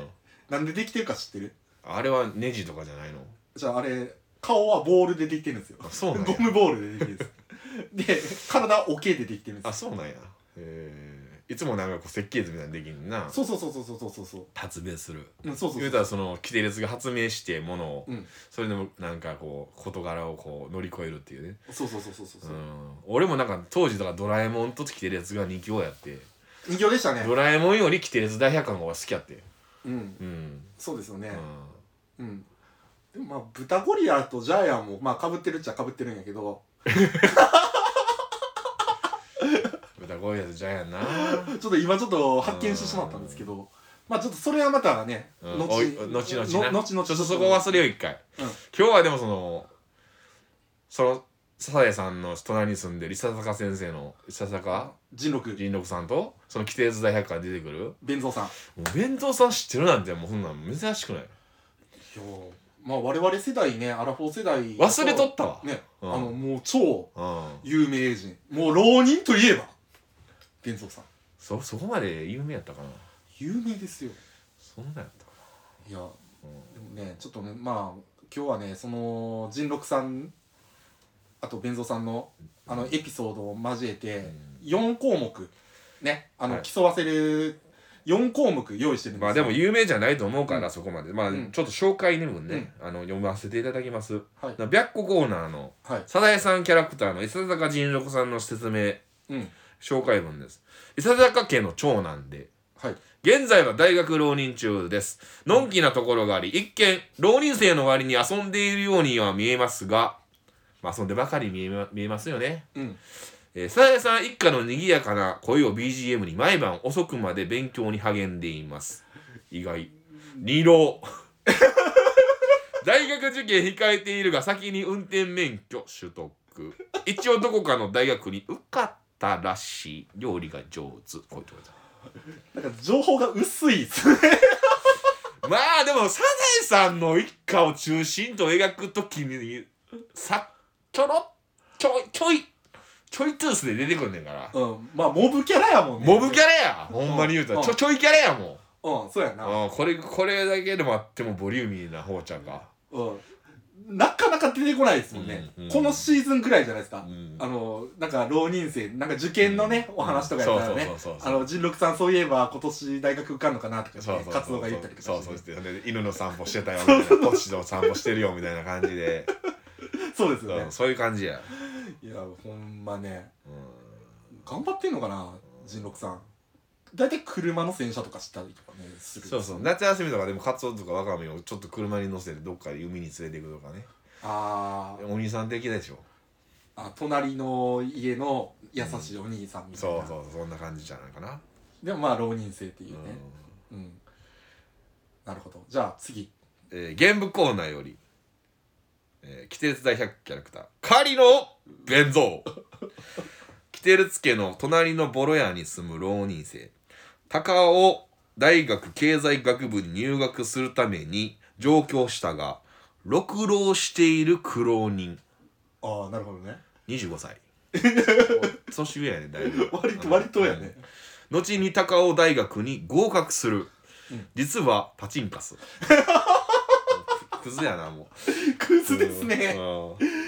[SPEAKER 2] なんでできてるか知ってる
[SPEAKER 1] あれはネジとかじゃないの
[SPEAKER 2] じゃああれ顔はボールでできてるんですよ
[SPEAKER 1] あそう なんや
[SPEAKER 2] ゴムボールでできて るんですで体は桶でできてるんで
[SPEAKER 1] あ
[SPEAKER 2] す
[SPEAKER 1] そうなんやえー、いつもなんかこう設計図みたいなのできんな
[SPEAKER 2] そうそうそうそうそうそうそうそう
[SPEAKER 1] 発明する
[SPEAKER 2] うんそうそうそ
[SPEAKER 1] 言う
[SPEAKER 2] う
[SPEAKER 1] たらそのキテレツが発明してものを、
[SPEAKER 2] うん
[SPEAKER 1] それでもなんかこう事柄をこう乗り越えるっていうね、
[SPEAKER 2] そうそうそうそうそう
[SPEAKER 1] う、
[SPEAKER 2] そうん
[SPEAKER 1] 俺もなんか当時だからドラえもんとキテレツが2強やって
[SPEAKER 2] 人形でしたね
[SPEAKER 1] ドラえもんよりキテレツ大百科の方が好きやって
[SPEAKER 2] うん
[SPEAKER 1] うん、
[SPEAKER 2] そうですよ
[SPEAKER 1] う
[SPEAKER 2] ね
[SPEAKER 1] ん、
[SPEAKER 2] うんでもまあ豚ゴリラとジャイアンもまあかぶってるっちゃかぶってるんやけど
[SPEAKER 1] 豚ゴリラとジャイアンな、
[SPEAKER 2] ちょっと今ちょっと発見してしまったんですけどまあちょっとそれはまたね
[SPEAKER 1] うん、おい後々な
[SPEAKER 2] の後々
[SPEAKER 1] ちょっとそこ忘れよう一回、
[SPEAKER 2] うん
[SPEAKER 1] 今日はでもそのその笹谷さんの隣に住んでる伊佐坂先生の伊佐坂
[SPEAKER 2] 人六
[SPEAKER 1] 林六さんとその規定図大百科が出てくる
[SPEAKER 2] 弁蔵さんい
[SPEAKER 1] もう弁当さん知ってるなんてもうそんなん珍しくない
[SPEAKER 2] やーまあ我々世代ねアラフォー世代
[SPEAKER 1] 忘れとったわ、
[SPEAKER 2] ね、
[SPEAKER 1] うん
[SPEAKER 2] あのもう超
[SPEAKER 1] うん
[SPEAKER 2] 有名人もう浪人といえば伝蔵さん
[SPEAKER 1] そそこまで有名やったかな
[SPEAKER 2] 有名ですよ
[SPEAKER 1] そんなんやったか
[SPEAKER 2] いや
[SPEAKER 1] な、うん
[SPEAKER 2] でもねちょっとねまあ今日はねその仁六さんあと弁蔵さんのあのエピソードを交えて4項目ねあ
[SPEAKER 1] は
[SPEAKER 2] の
[SPEAKER 1] い
[SPEAKER 2] 競わせる4項目用意してるんですよ
[SPEAKER 1] まあでも有名じゃないと思うから、
[SPEAKER 2] うん
[SPEAKER 1] そこまでまあ、
[SPEAKER 2] うん
[SPEAKER 1] ちょっと紹介にもね、あの読ませていただきます
[SPEAKER 2] はい
[SPEAKER 1] 白子コーナーの
[SPEAKER 2] はい
[SPEAKER 1] サザエさんキャラクターの伊佐坂仁六さんの説明
[SPEAKER 2] うん
[SPEAKER 1] 紹介文です伊佐坂家の長男で
[SPEAKER 2] はい
[SPEAKER 1] 現在は大学浪人中です。のんきなところがあり、一見、浪人生の割に遊んでいるようには見えますが、まあ遊んでばかり見え,、ま、見えますよね。
[SPEAKER 2] うん
[SPEAKER 1] えー、サザエさん一家の賑やかな声を BGM に毎晩遅くまで勉強に励んでいます。意外。二 浪。大学受験控えているが先に運転免許取得。一応どこかの大学に受かったらしい。料理が上手。こういうとこだ。
[SPEAKER 2] なんか情報が薄い っすね
[SPEAKER 1] まあでもサザエさんの一家を中心と描くときにさちょろちょいちょいちょいトゥースで出てくんねんから
[SPEAKER 2] うんまあモブキャラやもんね
[SPEAKER 1] モブキャラやほんまに言うた
[SPEAKER 2] う
[SPEAKER 1] ら
[SPEAKER 2] ん
[SPEAKER 1] ちょちょいキャラやもん
[SPEAKER 2] うんそうやな
[SPEAKER 1] あこれこれだけでもあってもボリューミーなほうちゃんが
[SPEAKER 2] うんなかなか出てこないですもんね、
[SPEAKER 1] うんうん
[SPEAKER 2] このシーズンぐらいじゃないですか、
[SPEAKER 1] うん
[SPEAKER 2] あのなんか浪人生なんか受験のね、
[SPEAKER 1] うん
[SPEAKER 2] お話とかやったらね
[SPEAKER 1] そうそうそうそう
[SPEAKER 2] あの仁六さんそういえば今年大学受かんのかなとかね
[SPEAKER 1] そうそうそう
[SPEAKER 2] 活動が言ったりとかして
[SPEAKER 1] そうそうそうで犬の散歩してたよみたいな ポッチの散歩してるよみたいな感じで、
[SPEAKER 2] そうですよ
[SPEAKER 1] う
[SPEAKER 2] ね
[SPEAKER 1] ん、そういう感じや、
[SPEAKER 2] いやほんまね
[SPEAKER 1] う
[SPEAKER 2] 頑張ってんのかな仁六さん大体車の洗車とかしたりとかねす
[SPEAKER 1] ん、
[SPEAKER 2] る
[SPEAKER 1] そうそう夏休みとかでもカツオとかワカメをちょっと車に乗せてどっかで海に連れていくとかね
[SPEAKER 2] あー
[SPEAKER 1] お兄さん的でしょ
[SPEAKER 2] あ隣の家の優しいお兄さんみたいな、
[SPEAKER 1] そうそうそうそんな感じじゃないかな、
[SPEAKER 2] でもまあ浪人生っていう
[SPEAKER 1] う
[SPEAKER 2] ね
[SPEAKER 1] ん
[SPEAKER 2] うん、なるほどじゃあ次
[SPEAKER 1] えー、原部コーナーより「えー、キテレツ大百キャラクター狩りの弁 蔵」キテレツ家の隣のボロ屋に住む浪人生高尾大学経済学部に入学するために上京したが六浪している苦浪人
[SPEAKER 2] ああなるほどね
[SPEAKER 1] 25歳 年上やねだいぶ
[SPEAKER 2] 割と割とやね、
[SPEAKER 1] 後に高尾大学に合格する、
[SPEAKER 2] うん
[SPEAKER 1] 実はパチンカス クズやなも
[SPEAKER 2] ク
[SPEAKER 1] う
[SPEAKER 2] ズですね、
[SPEAKER 1] うん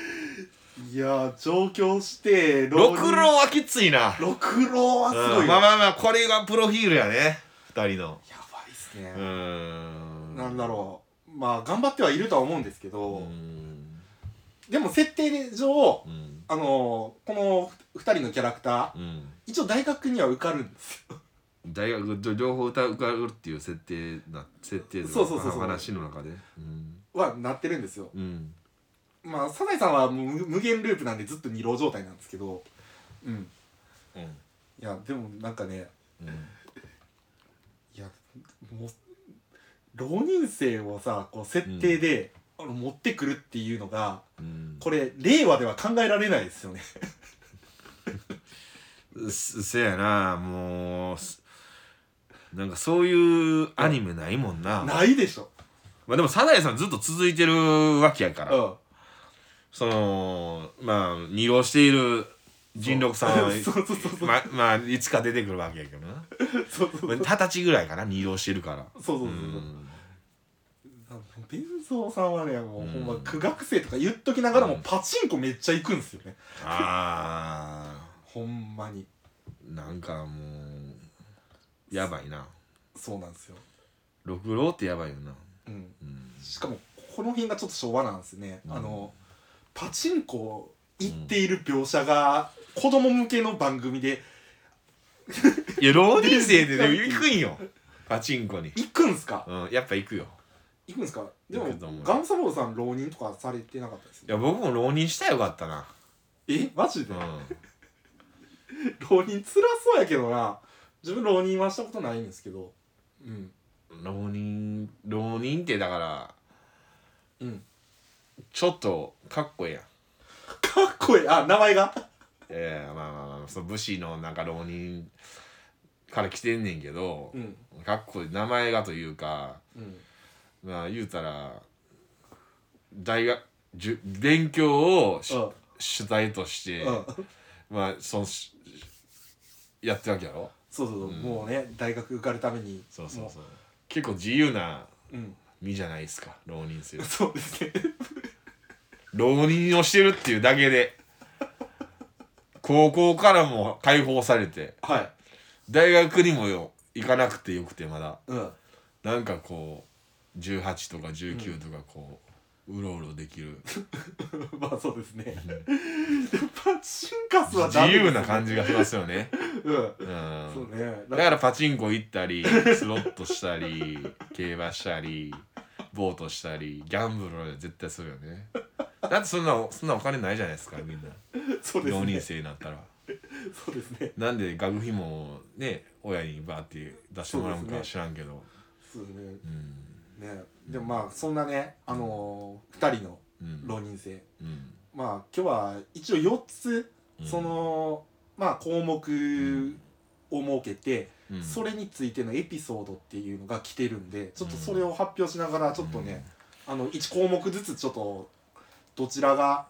[SPEAKER 2] いやー上京して
[SPEAKER 1] 六
[SPEAKER 2] 人
[SPEAKER 1] 郎はきついな
[SPEAKER 2] 六郎はすごいよ、
[SPEAKER 1] うんまあまあまあこれがプロフィールやね二人の
[SPEAKER 2] やばいっす
[SPEAKER 1] う
[SPEAKER 2] ね、
[SPEAKER 1] ん
[SPEAKER 2] なんだろうまあ頑張ってはいるとは思うんですけ
[SPEAKER 1] う
[SPEAKER 2] ど、
[SPEAKER 1] ん
[SPEAKER 2] でも設定上
[SPEAKER 1] うん
[SPEAKER 2] あのー、この二人のキャラクター
[SPEAKER 1] うん
[SPEAKER 2] 一応大学には受かるんですよ
[SPEAKER 1] 大学と両方歌うかうっていう設定な設定とか
[SPEAKER 2] そうそうそうそう
[SPEAKER 1] 話の中でうん、
[SPEAKER 2] はなってるんですよ
[SPEAKER 1] うん、
[SPEAKER 2] まあサザエさんはもう無無限ループなんでずっと二郎状態なんですけどうん
[SPEAKER 1] うん
[SPEAKER 2] いやでもなんかねいやもう浪人生をさこう設定で、あの持ってくるっていうのが
[SPEAKER 1] うん
[SPEAKER 2] これ令和では考えられないですよね
[SPEAKER 1] うすせやなもうすなんかそういうアニメないもんな
[SPEAKER 2] ないでしょ
[SPEAKER 1] まあでも「サザエさん」ずっと続いてるわけやから、
[SPEAKER 2] う
[SPEAKER 1] そのまあ二浪している人六さんは
[SPEAKER 2] そうそうそうそう
[SPEAKER 1] ままあいつか出てくるわけやけどな
[SPEAKER 2] そうそうそう
[SPEAKER 1] 二十歳ぐらいかな二浪してるから
[SPEAKER 2] そうそうそうう
[SPEAKER 1] うん
[SPEAKER 2] あの弁蔵さんはねもう、
[SPEAKER 1] うん
[SPEAKER 2] ほんま苦学生とか言っときながらもパチンコめっちゃ行くんすよね
[SPEAKER 1] あ
[SPEAKER 2] ほんまに
[SPEAKER 1] ーなんかもうやばいな
[SPEAKER 2] そうなんですよ
[SPEAKER 1] 六郎ってやばいよな
[SPEAKER 2] うん
[SPEAKER 1] うん
[SPEAKER 2] しかもこの辺がちょっと昭和なんですね、
[SPEAKER 1] うん
[SPEAKER 2] あのパチンコ行っている描写が子供向けの番組で
[SPEAKER 1] いや浪人生ででも行くんよパチンコに
[SPEAKER 2] 行くんすか
[SPEAKER 1] うんやっぱ行くよ
[SPEAKER 2] 行くんすかでも
[SPEAKER 1] 行くと思う
[SPEAKER 2] ガンサボーさん浪人とかされてなかったです
[SPEAKER 1] い
[SPEAKER 2] ね
[SPEAKER 1] や僕も浪人したらよかったな
[SPEAKER 2] えマジ
[SPEAKER 1] う
[SPEAKER 2] で、
[SPEAKER 1] ん
[SPEAKER 2] 浪人辛そうやけどな自分浪人はしたことないんですけどうん
[SPEAKER 1] 浪人浪人ってだから
[SPEAKER 2] うん
[SPEAKER 1] ちょっとかっこええやん
[SPEAKER 2] かっこいいあ名前が
[SPEAKER 1] ええまあまあまあその武士のなんか浪人から来てんねんけど
[SPEAKER 2] う、ん
[SPEAKER 1] かっこいい名前がというか
[SPEAKER 2] うん
[SPEAKER 1] まあ言うたら大学じゅ勉強をし
[SPEAKER 2] うん
[SPEAKER 1] 主体として、
[SPEAKER 2] うん
[SPEAKER 1] まあそのしやってるわけやろ
[SPEAKER 2] そうそうそう、
[SPEAKER 1] うん
[SPEAKER 2] もうね大学受かるために
[SPEAKER 1] そうそうそう結構自由な
[SPEAKER 2] ううん
[SPEAKER 1] 身じゃないですか浪人生
[SPEAKER 2] そうですね
[SPEAKER 1] 浪人をしてるっていうだけで高校からも解放されて
[SPEAKER 2] はい
[SPEAKER 1] 大学にもよ行かなくてよくてまだ
[SPEAKER 2] うん
[SPEAKER 1] なんかこう18とか19とかこう、うろうろでき る
[SPEAKER 2] まあそうですねパチンカスは
[SPEAKER 1] 自由な感じがしますよ ね。
[SPEAKER 2] じうん
[SPEAKER 1] うん、
[SPEAKER 2] そうね
[SPEAKER 1] だからパチンコ行ったりスロットしたり競馬したりボートしたりギャンブルは絶対するよねだってそんなそんなお金ないじゃないですかみんな
[SPEAKER 2] そうです
[SPEAKER 1] 浪人
[SPEAKER 2] ね
[SPEAKER 1] 生になったら
[SPEAKER 2] そうですね
[SPEAKER 1] なんで学費もね親にバーって出してもらうん
[SPEAKER 2] そうです
[SPEAKER 1] か
[SPEAKER 2] ね
[SPEAKER 1] 知らんけど
[SPEAKER 2] そうですね
[SPEAKER 1] う,、
[SPEAKER 2] ねでもまあそんなねあのー、2人の
[SPEAKER 1] んうん
[SPEAKER 2] 浪人生
[SPEAKER 1] うん
[SPEAKER 2] まあ今日は一応4つ
[SPEAKER 1] うん
[SPEAKER 2] その、まあ項目を設けて、
[SPEAKER 1] うん
[SPEAKER 2] それについてのエピソードっていうのが来てるんでちょっとそれを発表しながらちょっとね、あの1項目ずつちょっとどちらが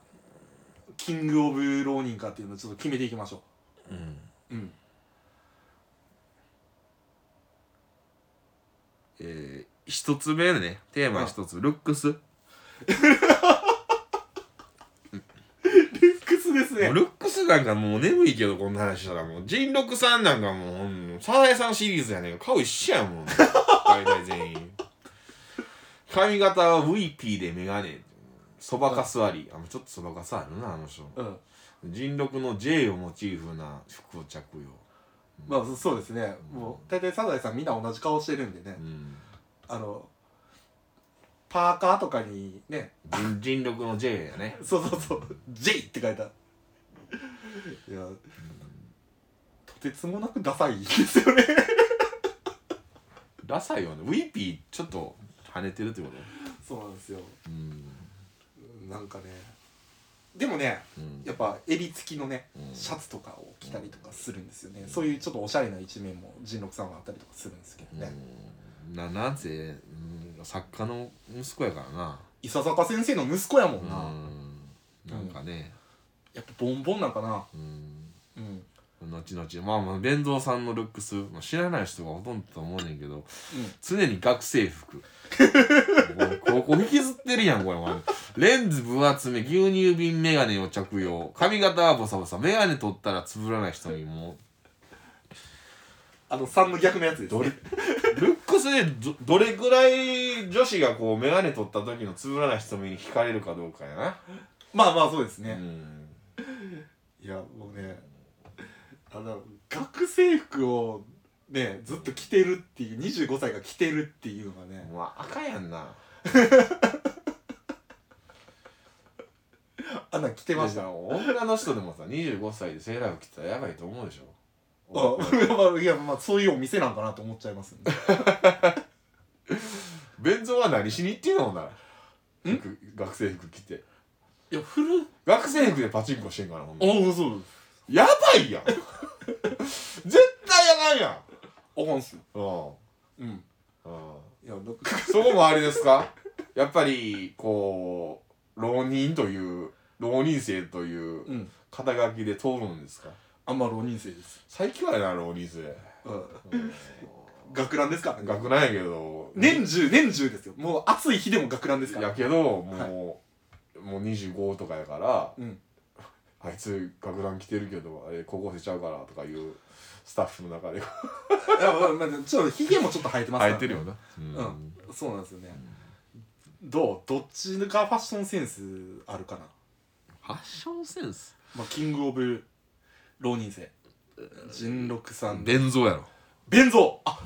[SPEAKER 2] キング・オブ・浪人かっていうのをちょっと決めていきましょ
[SPEAKER 1] うん
[SPEAKER 2] ううん
[SPEAKER 1] えー、一つ目のねテーマ一つルックス、
[SPEAKER 2] ルックスです
[SPEAKER 1] もう
[SPEAKER 2] ね
[SPEAKER 1] ルックスなんかもう眠いけどこんな話したらもう人六さんなんかもうほんまサザエさんシリーズやねん顔一緒や もん大体全員髪型はウィーピーでメガネそばかすありあちょっとそばかすあるなあの人
[SPEAKER 2] うん
[SPEAKER 1] 人六の J をモチーフな服を着用
[SPEAKER 2] まあそそうですねもう大体サザエさんみんな同じ顔してるんでね
[SPEAKER 1] うん
[SPEAKER 2] あのパーカーとかにね
[SPEAKER 1] 人 人六の J やね
[SPEAKER 2] そうそうそう「J」って書いたいや、とてつもなくダサいですよね
[SPEAKER 1] ダサいよねウィーピーちょっと跳ねてるってこと
[SPEAKER 2] そうなんですよ
[SPEAKER 1] うん
[SPEAKER 2] なんかねでもね
[SPEAKER 1] うん
[SPEAKER 2] やっぱ襟付きのね
[SPEAKER 1] うん
[SPEAKER 2] シャツとかを着たりとかするんですよね、そういうちょっとおしゃれな一面も仁六さんはあったりとかするんですけどね、
[SPEAKER 1] うんななんせ、うん、作家の息子やからな
[SPEAKER 2] 伊佐坂先生の息子やもんな、
[SPEAKER 1] うんなんかね、
[SPEAKER 2] やっぱボンボンなんかな
[SPEAKER 1] うん、
[SPEAKER 2] うん
[SPEAKER 1] 後々まあまあ弁蔵さんのルックス、まあ、知らない人がほとんどだと思うねんけど
[SPEAKER 2] うん
[SPEAKER 1] 常に学生服 ここ引きずってるやんこれお前レンズ分厚め牛乳瓶眼鏡を着用髪型はボサボサ眼鏡取ったらつぶらない人にも
[SPEAKER 2] あの3の逆のやつです
[SPEAKER 1] どれ
[SPEAKER 2] ね
[SPEAKER 1] ルックスでどどれぐらい女子がこう眼鏡取った時のつぶらない瞳に惹かれるかどうかやな、
[SPEAKER 2] まあまあそうです
[SPEAKER 1] う
[SPEAKER 2] ね、
[SPEAKER 1] ん
[SPEAKER 2] いやもうねあの学生服をねずっと着てるっていう25歳が着てるっていうのがね
[SPEAKER 1] まあ赤やんな
[SPEAKER 2] あんなん着てまし
[SPEAKER 1] い
[SPEAKER 2] た
[SPEAKER 1] や女の人でもさ25歳でセーラー服着たらやばいと思うでしょ
[SPEAKER 2] あ まあいやまあそういうお店なんかなと思っちゃいますよね
[SPEAKER 1] 弁蔵は何しに行ってんのほんなら服学生服着て
[SPEAKER 2] いや古
[SPEAKER 1] 学生服でパチンコしてんからほんなら
[SPEAKER 2] ああそうです
[SPEAKER 1] やば いやん絶対やばいやん
[SPEAKER 2] あかんっすよ
[SPEAKER 1] うん
[SPEAKER 2] うん
[SPEAKER 1] うん
[SPEAKER 2] いやなんか
[SPEAKER 1] そこもあれですかやっぱりこう浪人という
[SPEAKER 3] 浪人生という
[SPEAKER 2] うん
[SPEAKER 3] 肩書きで通るんですか
[SPEAKER 2] あんま浪人生です、
[SPEAKER 3] 最近はやな浪人生
[SPEAKER 2] うん、学ランですか
[SPEAKER 3] 学なんやけど
[SPEAKER 2] 年中年中ですよもう暑い日でも学ランですから
[SPEAKER 3] やけどもう、もう25とかやから
[SPEAKER 2] うん
[SPEAKER 3] あいつ学ラン来てるけどあれ高校生ちゃうからとかいうスタッフの中で
[SPEAKER 2] いやまあまあちょっとひげもちょっと生えてますから
[SPEAKER 3] 入ってるよなう
[SPEAKER 2] うんん、そうなんですよね、どうどっちがファッションセンスあるかな、
[SPEAKER 3] ファッションセンス
[SPEAKER 2] まあ、キングオブ浪人生仁六さん
[SPEAKER 1] 伝蔵やろ
[SPEAKER 2] ベンゾーあ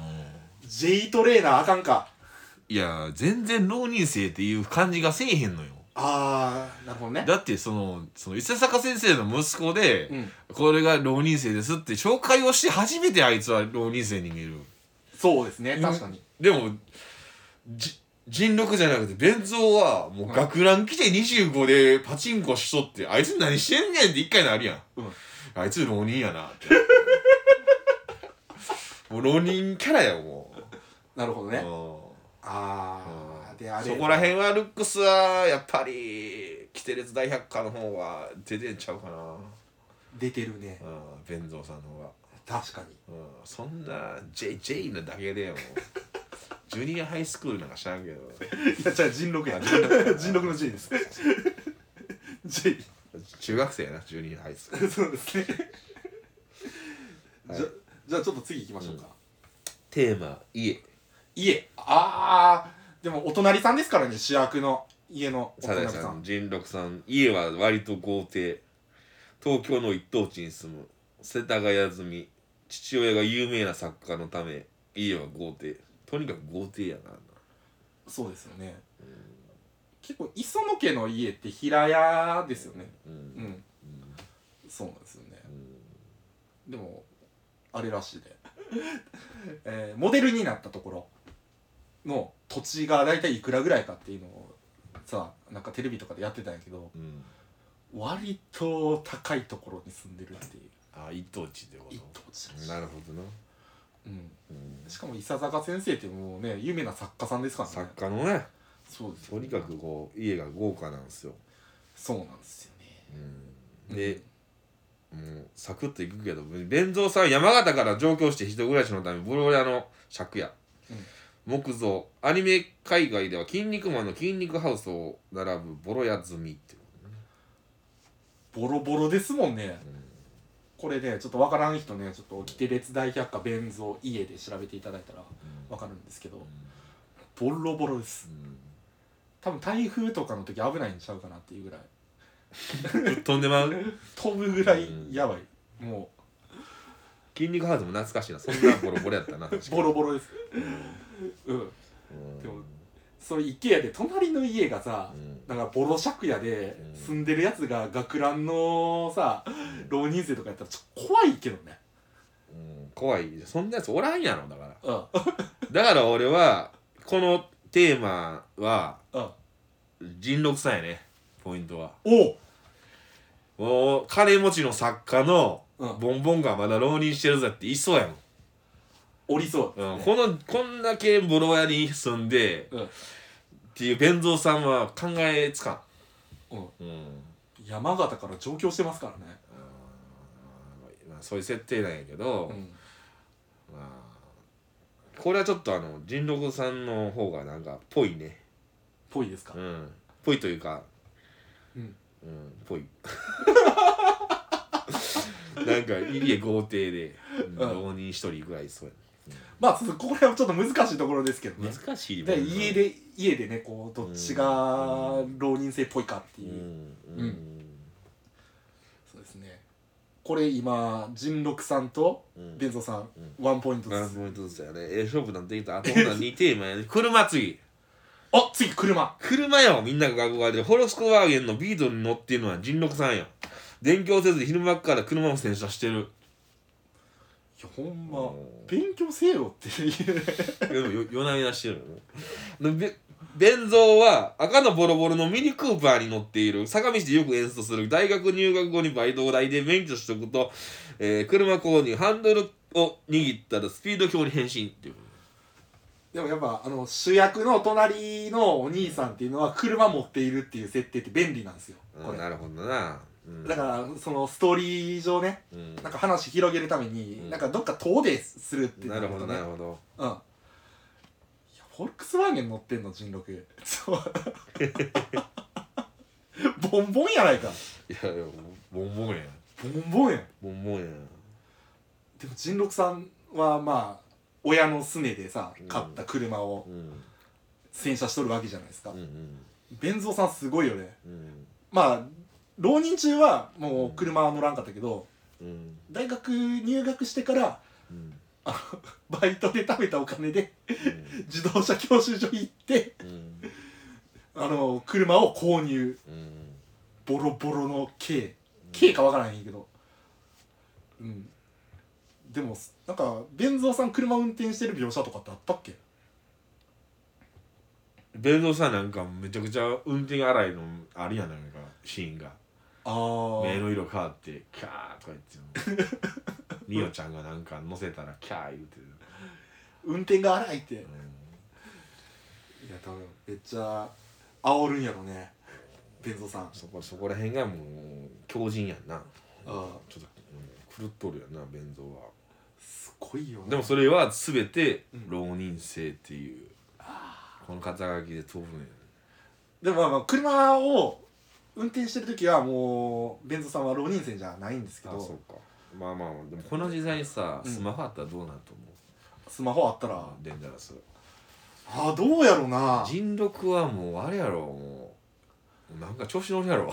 [SPEAKER 2] J トレーナーあかんか
[SPEAKER 1] いや全然浪人生っていう感じがせえへんのよ
[SPEAKER 2] あーなるほどね
[SPEAKER 1] だってそのその伊勢坂先生の息子で、
[SPEAKER 2] うん
[SPEAKER 1] これが浪人生ですって紹介をして初めてあいつは浪人生に見える
[SPEAKER 2] そうですね確かに
[SPEAKER 1] でもじ人六じゃなくて弁蔵はもう学ラン来て25でパチンコしとって、あいつ何してんねんって一回なるやん、
[SPEAKER 2] うん
[SPEAKER 1] あいつ浪人やなって もう浪人キャラやも
[SPEAKER 2] なるほど
[SPEAKER 1] う、
[SPEAKER 2] ね
[SPEAKER 1] うん
[SPEAKER 2] あーであれ
[SPEAKER 1] そこら辺はルックスはやっぱりキテレツ大百科の方は出てんちゃうかな
[SPEAKER 2] 出てるね
[SPEAKER 1] うん弁蔵さんの方が、
[SPEAKER 2] 確かに
[SPEAKER 1] うん、そんな JJ なだけ でもジュニアハイスクールなんか知らんけど
[SPEAKER 2] いやじゃあ人六や人六の J です J
[SPEAKER 1] 中学生やなジュニアハイスクール
[SPEAKER 2] そうですね じゃじゃあちょっと次行きましょうか
[SPEAKER 1] テーマ家
[SPEAKER 2] 家あーでもお隣さんですからね主役の家のお
[SPEAKER 1] サザ
[SPEAKER 2] 隣
[SPEAKER 1] エ
[SPEAKER 2] さん
[SPEAKER 1] さん仁六さん家は割と豪邸東京の一等地に住む世田谷住み父親が有名な作家のため家は豪邸とにかく豪邸やな
[SPEAKER 2] そうですよね結構磯野家の家って平屋ですよね
[SPEAKER 1] うん、
[SPEAKER 2] うん、そうなんですよねでもあれらしいで、 えーモデルになったところの土地が大体いくらぐらいかっていうのをさなんかテレビとかでやってたんやけど
[SPEAKER 1] うん、
[SPEAKER 2] 割と高いところに住んでるっていう
[SPEAKER 1] あ一等地ってこ
[SPEAKER 2] 一等地らしい
[SPEAKER 1] となるほどな、
[SPEAKER 2] うん
[SPEAKER 1] うん、
[SPEAKER 2] しかも伊佐坂先生ってもうね有名な作家さんですからね
[SPEAKER 1] 作家のね
[SPEAKER 2] そうです
[SPEAKER 1] とにかくこう家が豪華なんですよ、
[SPEAKER 2] そうなんですよね
[SPEAKER 1] うん、で、もうサクッといくけど弁蔵さんは山形から上京して一人暮らしのためボロ屋の借家、木造アニメ海外では「筋肉マン」の筋肉ハウスを並ぶボロ屋積みってことね
[SPEAKER 2] ボロボロですもんね、これねちょっとわからん人ねちょっとキテレツ大百科弁蔵家で調べていただいたらわかるんですけど、ボロボロです多分台風とかの時危ないんちゃうかなっていうぐらい
[SPEAKER 1] ぶっ飛んでまう
[SPEAKER 2] 飛ぶぐらいやばい、も
[SPEAKER 1] 筋肉ハウスも懐かしいなそんなボロボロやったな
[SPEAKER 2] う ボロボロですうん、
[SPEAKER 1] うん
[SPEAKER 2] でもそれ池屋で隣の家がさ、
[SPEAKER 1] うん
[SPEAKER 2] だからボロ借家で
[SPEAKER 1] うん
[SPEAKER 2] 住んでるやつが学ランのさ浪人生とかやったらちょっと怖いけどね
[SPEAKER 1] うん怖いそんなやつおらんやろだから
[SPEAKER 2] うん
[SPEAKER 1] だから俺はこのテーマは
[SPEAKER 2] うん
[SPEAKER 1] 人六さんやねポイントは
[SPEAKER 2] おう
[SPEAKER 1] もう金持ちの作家の
[SPEAKER 2] うん
[SPEAKER 1] ボンボンがまだ浪人してるぜっていそうや
[SPEAKER 2] おりそう
[SPEAKER 1] もん、うん、このこんだけボロ屋に住んで
[SPEAKER 2] うん、
[SPEAKER 1] っていう弁蔵さんは考えつか
[SPEAKER 2] うん、
[SPEAKER 1] ん、うん
[SPEAKER 2] 山形から上京してますからね
[SPEAKER 1] まあ、そういう設定なんやけど、
[SPEAKER 2] うん
[SPEAKER 1] まあ、これはちょっとあの人六さんの方がなんかぽいね
[SPEAKER 2] ぽいですか
[SPEAKER 1] うんぽいというか
[SPEAKER 2] うん
[SPEAKER 1] うんぽい なんか家豪邸でうん
[SPEAKER 2] うん
[SPEAKER 1] 浪人一人ぐらいいそうや
[SPEAKER 2] まあちょっとここら辺はちょっと難しいところですけどね
[SPEAKER 1] 難しい
[SPEAKER 2] で家で家でねこうどっちが浪人生っぽいかって
[SPEAKER 1] う
[SPEAKER 2] いう、
[SPEAKER 1] んうん、
[SPEAKER 2] うそうですねこれ今仁六さんと
[SPEAKER 1] うん
[SPEAKER 2] 弁蔵さん、ワンポイント
[SPEAKER 1] な
[SPEAKER 2] で
[SPEAKER 1] る
[SPEAKER 2] す
[SPEAKER 1] ほどですよね。ええ勝負なんてきた。あとほんなら2テーマやね。車次。
[SPEAKER 2] あ次車
[SPEAKER 1] 車よ、みんなが学校で。ホロスコワーゲンのビートルに乗っているのは人六さんよ。勉強せず昼間から車を洗車してる。
[SPEAKER 2] いやほんま
[SPEAKER 1] うん
[SPEAKER 2] 勉強せよっていう
[SPEAKER 1] でもよ夜な夜なしてるのね。でべ弁蔵は赤のボロボロのミニクーパーに乗っている坂道でよく演奏する大学入学後にバイト代で免許取得と、えー車購入ハンドルを握ったらスピード表に変身っていう
[SPEAKER 2] でもやっぱあの主役の隣のお兄さんっていうのは車持っているっていう設定って便利なんですよこ
[SPEAKER 1] うん、
[SPEAKER 2] れ
[SPEAKER 1] なるほどな、うん、
[SPEAKER 2] だからそのストーリー上ね
[SPEAKER 1] うん
[SPEAKER 2] なんか話広げるために、
[SPEAKER 1] うん
[SPEAKER 2] なんかどっか遠でするって
[SPEAKER 1] なるほど
[SPEAKER 2] と
[SPEAKER 1] なるほど
[SPEAKER 2] うんいやフォルクスワーゲン乗ってんの人六そうボンボンやないか
[SPEAKER 1] いやいや
[SPEAKER 4] ボンボンやん
[SPEAKER 2] ボンボンやん
[SPEAKER 1] ボンボンやん
[SPEAKER 2] でも人六さんはまあ親のすねでさ買った車を
[SPEAKER 1] うん
[SPEAKER 2] 洗車しとるわけじゃないですか、
[SPEAKER 1] うんうん
[SPEAKER 2] ベンゾーさんすごいよね
[SPEAKER 1] うん
[SPEAKER 2] まあ浪人中はもう車は乗らんかったけど
[SPEAKER 1] うん
[SPEAKER 2] 大学入学してから
[SPEAKER 1] うん
[SPEAKER 2] バイトで食べたお金で自動車教習所行って
[SPEAKER 1] うん
[SPEAKER 2] あの車を購入
[SPEAKER 1] うん
[SPEAKER 2] ボロボロの K K かわからへんけどうんでもなんかベンゾーさん車運転してる描写とかってあったっけ
[SPEAKER 1] 弁蔵さんなんかめちゃくちゃ運転荒いのあるやんなんかシーンが
[SPEAKER 2] ああ
[SPEAKER 1] 目の色変わってキャーとか言 ってるミオちゃんがなんか乗せたらキャー言うてる、
[SPEAKER 2] 運転が荒いっていや
[SPEAKER 1] う
[SPEAKER 2] 多分めっちゃ煽るんやろねベンゾーさ
[SPEAKER 1] ん
[SPEAKER 2] ん
[SPEAKER 1] そこそこら辺がもう強靭やんな
[SPEAKER 2] あ
[SPEAKER 1] ちょっと、うん、狂っとるやんな弁蔵は
[SPEAKER 2] すごいよね
[SPEAKER 1] でもそれは全て
[SPEAKER 2] うん
[SPEAKER 1] 浪人生っていう、この肩書きで飛ぶね
[SPEAKER 2] でもまあまあ車を運転してる時はもうベンゾーさんは浪人生じゃないんですけ
[SPEAKER 1] あそう
[SPEAKER 2] ど
[SPEAKER 1] かまあまあでもこの時代さ
[SPEAKER 2] うん
[SPEAKER 1] スマホあったらどうなると思う、
[SPEAKER 2] スマホあったら
[SPEAKER 1] デンジャラス
[SPEAKER 2] ああどうやろうな
[SPEAKER 1] 人力はもうあれやろもうなんか調子乗るやろ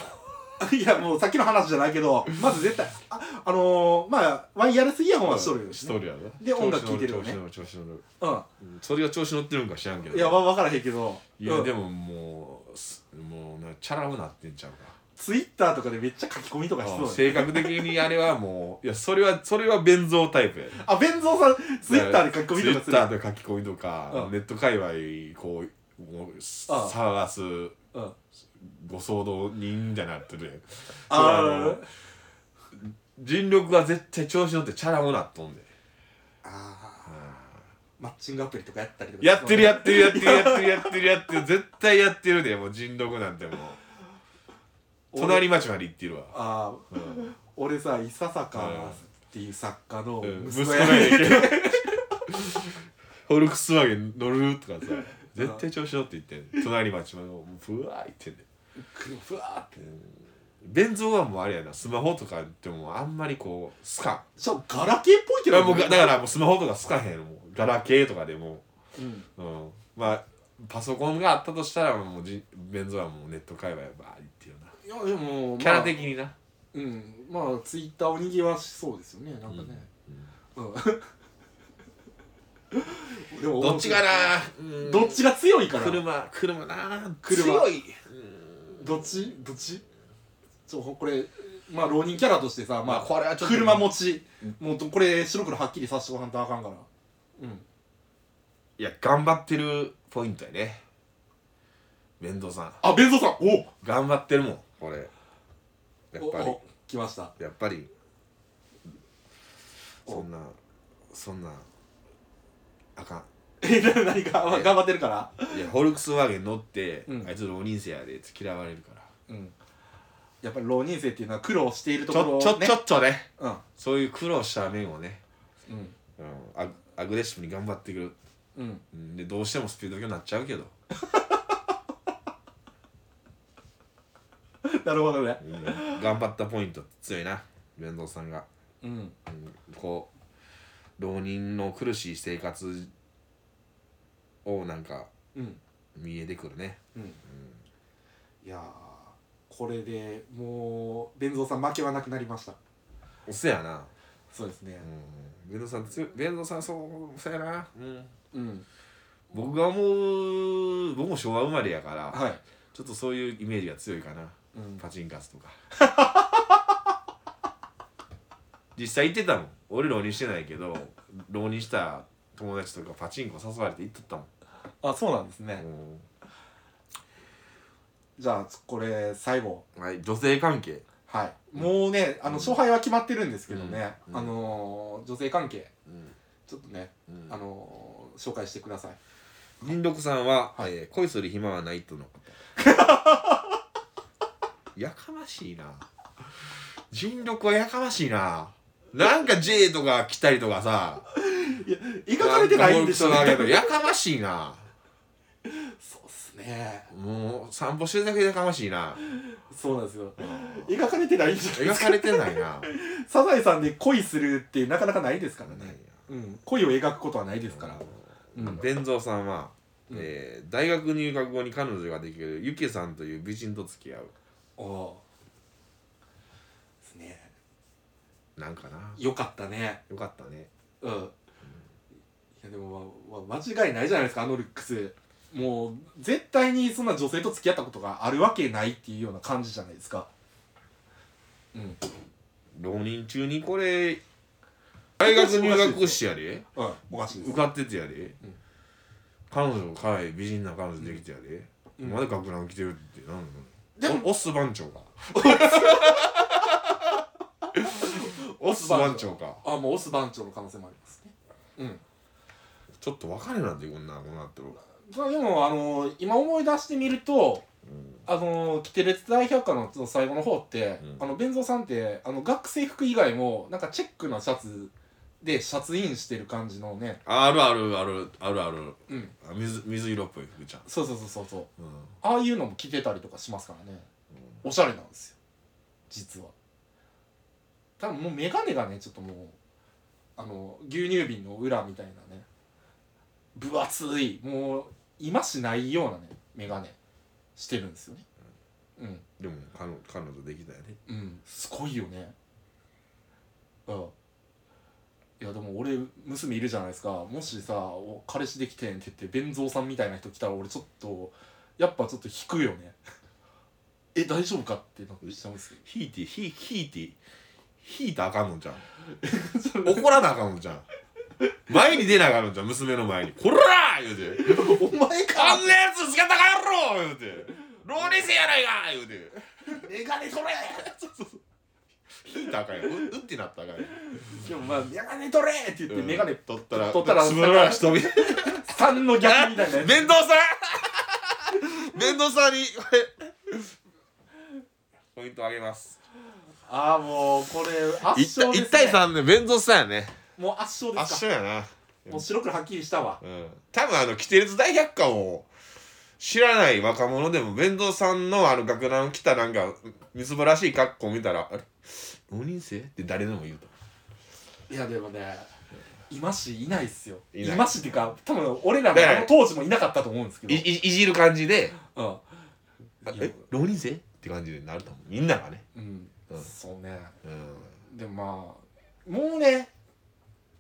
[SPEAKER 2] いやもうさっきの話じゃないけどまず絶対ああのー、まあワイヤレスイヤホンはしとるよ、ね、
[SPEAKER 1] しとるやろ
[SPEAKER 2] で音楽聴いてるよね
[SPEAKER 1] 調子乗る調子乗る
[SPEAKER 2] う
[SPEAKER 1] うんそれが調子乗ってるんか知らんけど
[SPEAKER 2] んいやわ分からへんけど
[SPEAKER 1] いやで
[SPEAKER 2] も
[SPEAKER 1] ももうすもうなチャラくなってんちゃうか
[SPEAKER 2] ツイッターとかでめっちゃ書き込みとかしそうだね
[SPEAKER 1] 性格的にあれはもういやそれはそれは弁蔵タイプや
[SPEAKER 2] あベンゾーさんツイッターで書き込みとかす
[SPEAKER 1] ツイ
[SPEAKER 2] る
[SPEAKER 1] ッターで書き込みとか、
[SPEAKER 2] うん
[SPEAKER 1] ネット界隈こうもう
[SPEAKER 2] あ
[SPEAKER 1] 騒がす
[SPEAKER 2] うん
[SPEAKER 1] ご騒動人みたいになってるやん
[SPEAKER 2] あ
[SPEAKER 1] そう
[SPEAKER 2] ー
[SPEAKER 1] の人力が絶対調子乗ってチャラをなっとんで、
[SPEAKER 2] あーマッチングアプリとかやったりとか
[SPEAKER 1] やってるやってるやってるやってるやってるやってる絶対やってるでもう人力なんてもう
[SPEAKER 2] 俺
[SPEAKER 1] 隣町まで行ってるわ、
[SPEAKER 2] ああ
[SPEAKER 1] うん
[SPEAKER 2] 俺さ伊佐坂っていう作家の
[SPEAKER 1] うん息子
[SPEAKER 2] 息子
[SPEAKER 1] が
[SPEAKER 2] や
[SPEAKER 1] い
[SPEAKER 2] ね
[SPEAKER 1] るけどフォルクスワーゲン乗るとかさ絶対調子乗って行ってんね隣町までもうぶわー行ってんね
[SPEAKER 2] 車ふわーって
[SPEAKER 1] ベンゾーはもうあれやなスマホとかでもあんまりこうスカ
[SPEAKER 2] ちょガラケーっぽい
[SPEAKER 1] ン
[SPEAKER 2] け
[SPEAKER 1] いや
[SPEAKER 2] ど
[SPEAKER 1] もうがだからもうスマホとかスカへんもうガラケーとかでも
[SPEAKER 2] うん
[SPEAKER 1] う、うん、まあパソコンがあったとしたらもうじベンゾーはもうネット界隈バーッっていうない
[SPEAKER 2] やでも
[SPEAKER 1] キャラ的にな、
[SPEAKER 2] まあうんまあツイッターをにぎわしそうですよねなんかねうん でも
[SPEAKER 1] どっちがなうん
[SPEAKER 2] どっちが強いから
[SPEAKER 1] 車車な
[SPEAKER 2] 車
[SPEAKER 1] 強い
[SPEAKER 2] どっちどっちちょこれまあ浪人キャラとしてさま
[SPEAKER 1] まあ
[SPEAKER 2] あ
[SPEAKER 1] これはちょっと
[SPEAKER 2] 車持ちもうどこれ白黒はっきりさせておかんとあかんからうん
[SPEAKER 1] いや頑張ってるポイントやねベンゾーさん
[SPEAKER 2] あ弁蔵さんおや
[SPEAKER 1] 頑張ってるもんこれやっぱり
[SPEAKER 2] 来ました
[SPEAKER 1] やっぱり
[SPEAKER 2] お
[SPEAKER 1] そんなそんなあか
[SPEAKER 2] えな何か、まあ、
[SPEAKER 1] え
[SPEAKER 2] 頑張ってるから
[SPEAKER 1] んいやホルクスワーゲン乗って、
[SPEAKER 2] うん
[SPEAKER 1] あいつ浪人生やでって嫌われるから
[SPEAKER 2] うんやっぱり浪人生っていうのは苦労していると
[SPEAKER 1] ち
[SPEAKER 2] ころ
[SPEAKER 1] ょ
[SPEAKER 2] を
[SPEAKER 1] ちょ
[SPEAKER 2] ね
[SPEAKER 1] ちょっとね
[SPEAKER 2] うん
[SPEAKER 1] そういう苦労した面をね、
[SPEAKER 2] うん
[SPEAKER 1] うん、アグアグレッシブに頑張ってくる、
[SPEAKER 2] うん
[SPEAKER 1] うん、でどうしてもスピード強になっちゃうけど、
[SPEAKER 2] なるほどね
[SPEAKER 1] うん、頑張ったポイント強いな弁当さんが、
[SPEAKER 2] うん
[SPEAKER 1] うん、こう浪人の苦しい生活をなんか
[SPEAKER 2] うん
[SPEAKER 1] 見えてくるね
[SPEAKER 2] うんいやーこれでもう弁蔵さん負けはなくなりました
[SPEAKER 1] おせやな
[SPEAKER 2] そうですね
[SPEAKER 1] うん、弁当さん強い弁当さんそうそうやな、うん、
[SPEAKER 2] うん
[SPEAKER 1] 僕が思う僕も昭和生まれやから、
[SPEAKER 2] はい
[SPEAKER 1] ちょっとそういうイメージが強いかな
[SPEAKER 2] うん
[SPEAKER 1] パチンカスとか 実際行ってたもん俺浪人してないけど浪人した友達とかパチンコ誘われて行っとったもん、
[SPEAKER 2] あそうなんですねじゃあこれ最後
[SPEAKER 1] うんはい、女性関係
[SPEAKER 2] はい
[SPEAKER 1] うん
[SPEAKER 2] もうねあ
[SPEAKER 1] う
[SPEAKER 2] の
[SPEAKER 1] ん
[SPEAKER 2] 勝敗は決まってるんですけどね、
[SPEAKER 1] うん
[SPEAKER 2] あのー女性関係
[SPEAKER 1] うん
[SPEAKER 2] ちょっとね、
[SPEAKER 1] うん
[SPEAKER 2] あのー紹介してください
[SPEAKER 5] 林六さんは、
[SPEAKER 2] はい
[SPEAKER 5] えー恋する暇はないと のことやかましいな
[SPEAKER 1] 人力はやかましいななんか J とか来たりとかさ
[SPEAKER 2] 描かれてないんでしょう
[SPEAKER 1] なんか
[SPEAKER 2] ね
[SPEAKER 1] ボロクソだけどやかましいな
[SPEAKER 2] そうっすね
[SPEAKER 1] もう散歩してるだけでやかましいな
[SPEAKER 2] そうなんですよ描かれてないんじゃない
[SPEAKER 1] 描かれてないな
[SPEAKER 2] サザエさんで恋するってなかなかないですから
[SPEAKER 5] ない
[SPEAKER 2] ね
[SPEAKER 5] な、
[SPEAKER 2] うん、恋を描くことはないですから、うん
[SPEAKER 5] 弁蔵さんは、
[SPEAKER 2] うん
[SPEAKER 5] えー大学入学後に彼女ができるゆきさんという美人と付き合う
[SPEAKER 2] おですね
[SPEAKER 1] なんかな
[SPEAKER 2] よかったね
[SPEAKER 1] よかったね
[SPEAKER 2] うんいやでも、まあまあ間違いないじゃないですかあのルックスもう絶対にそんな女性と付き合ったことがあるわけないっていうような感じじゃないですかうん
[SPEAKER 5] 浪人中にこれ大学入学してやで
[SPEAKER 2] うんおかしいです
[SPEAKER 5] 受かっててやで、
[SPEAKER 2] うん
[SPEAKER 5] 彼女かわいい美人な彼女できてやで、
[SPEAKER 2] うん
[SPEAKER 5] まだ学ラン着てるってなん
[SPEAKER 2] で
[SPEAKER 5] の
[SPEAKER 2] も
[SPEAKER 5] オス番長かオス番長か
[SPEAKER 2] あもうオス番長の可能性もありますねうん
[SPEAKER 5] ちょっと別れなんてこんなこうなってる
[SPEAKER 2] まあでもあの今思い出してみると、あのキテレツ大百科の最後の方って、
[SPEAKER 5] うん
[SPEAKER 2] あの弁蔵さんってあの学生服以外もなんかチェックなシャツでシャツインしてる感じのね
[SPEAKER 5] ああるあるあるあるある
[SPEAKER 2] うん
[SPEAKER 5] あ水水色っぽい服ちゃん、
[SPEAKER 2] そうそうそうそうそう
[SPEAKER 5] うん、
[SPEAKER 2] ああいうのも着てたりとかしますからね、おしゃれなんですよ実は多分もう眼鏡がねちょっともうあの牛乳瓶の裏みたいなね分厚いもう今しないようなね眼鏡してるんですよねうん
[SPEAKER 5] でも彼女彼女できたよね
[SPEAKER 2] うんすごいよねうんいやでも俺娘いるじゃないですかもしさお彼氏できてんって言って弁蔵さんみたいな人来たら俺ちょっとやっぱちょっと引くよね え大丈夫かってなってしちゃうんですけど
[SPEAKER 5] 引いて引い引いて引いたらあかんのじゃん 怒らなあかんのじゃん前に出なあかんのじゃん娘の前に「こらー!」言うて
[SPEAKER 2] お前
[SPEAKER 5] 「あんなやつ仕方がやろ!」言うて「浪人生やないか!」言うて
[SPEAKER 2] メガネ取れ
[SPEAKER 5] 引いたらあかんよううってなったらあかんよ
[SPEAKER 2] でもまあメガネ取れって言ってメガネ
[SPEAKER 5] 取ったら
[SPEAKER 2] 取ったら
[SPEAKER 5] つぶらな瞳
[SPEAKER 2] 3の逆みたいなやつ
[SPEAKER 5] 面倒さん面倒さんにこれポイントあげます
[SPEAKER 2] ああもうこれ圧勝です、ね、
[SPEAKER 5] 1対3で面倒さんやね
[SPEAKER 2] もう圧勝です
[SPEAKER 1] 圧
[SPEAKER 2] か
[SPEAKER 1] 勝やな
[SPEAKER 2] もう白黒はっきりしたわ
[SPEAKER 1] うん多分あの「キテレツ大百科」を知らない若者でも弁当さんのあの学ラン着たなんかみすぼらしい格好を見たら「あれ浪人生?」って誰でも言うと
[SPEAKER 2] いやでもね今しいないっすよ
[SPEAKER 1] いない
[SPEAKER 2] 今しっていうか多分俺ら
[SPEAKER 1] だか
[SPEAKER 2] の
[SPEAKER 1] ら
[SPEAKER 2] あの当時もいなかったと思うんですけど
[SPEAKER 1] いいいじる感じで
[SPEAKER 2] うん
[SPEAKER 1] 「あ
[SPEAKER 2] いや
[SPEAKER 1] え浪人生?」って感じになると思うみんながね
[SPEAKER 2] うん
[SPEAKER 1] うん
[SPEAKER 2] そうね
[SPEAKER 1] うん
[SPEAKER 2] でもまあもうね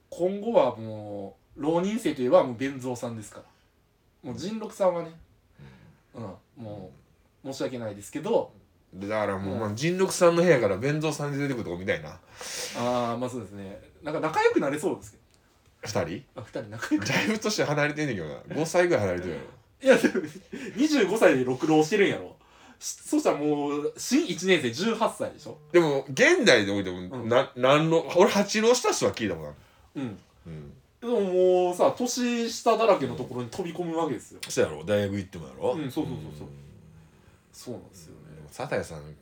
[SPEAKER 2] 今後はもう浪人生といえばもう弁蔵さんですからもう仁六さんはねうんもう申し訳ないですけど
[SPEAKER 1] でだからもう、まあ、人六さんの部屋から弁当さんに出てくるとこみたいな
[SPEAKER 2] ああまあそうですねなんか仲良くなれそうですけど
[SPEAKER 1] 二人
[SPEAKER 2] あ二人仲良く
[SPEAKER 1] だいぶ年離れてんねんけどな5歳ぐらい離れてるやろ
[SPEAKER 2] いやでも25歳で六浪してるんやろしそしたらもう新1年生18歳でしょ
[SPEAKER 1] でも現代でおいても、
[SPEAKER 2] うん
[SPEAKER 1] な何浪俺八浪した人は聞いたもんな
[SPEAKER 2] うん
[SPEAKER 1] うん
[SPEAKER 2] でももうさ年下だらけのところに飛び込むわけですよ
[SPEAKER 1] そうやろ大学行ってもやろ
[SPEAKER 2] うんそうそうそうそうそうなんですよね
[SPEAKER 1] サタヤさん、うん、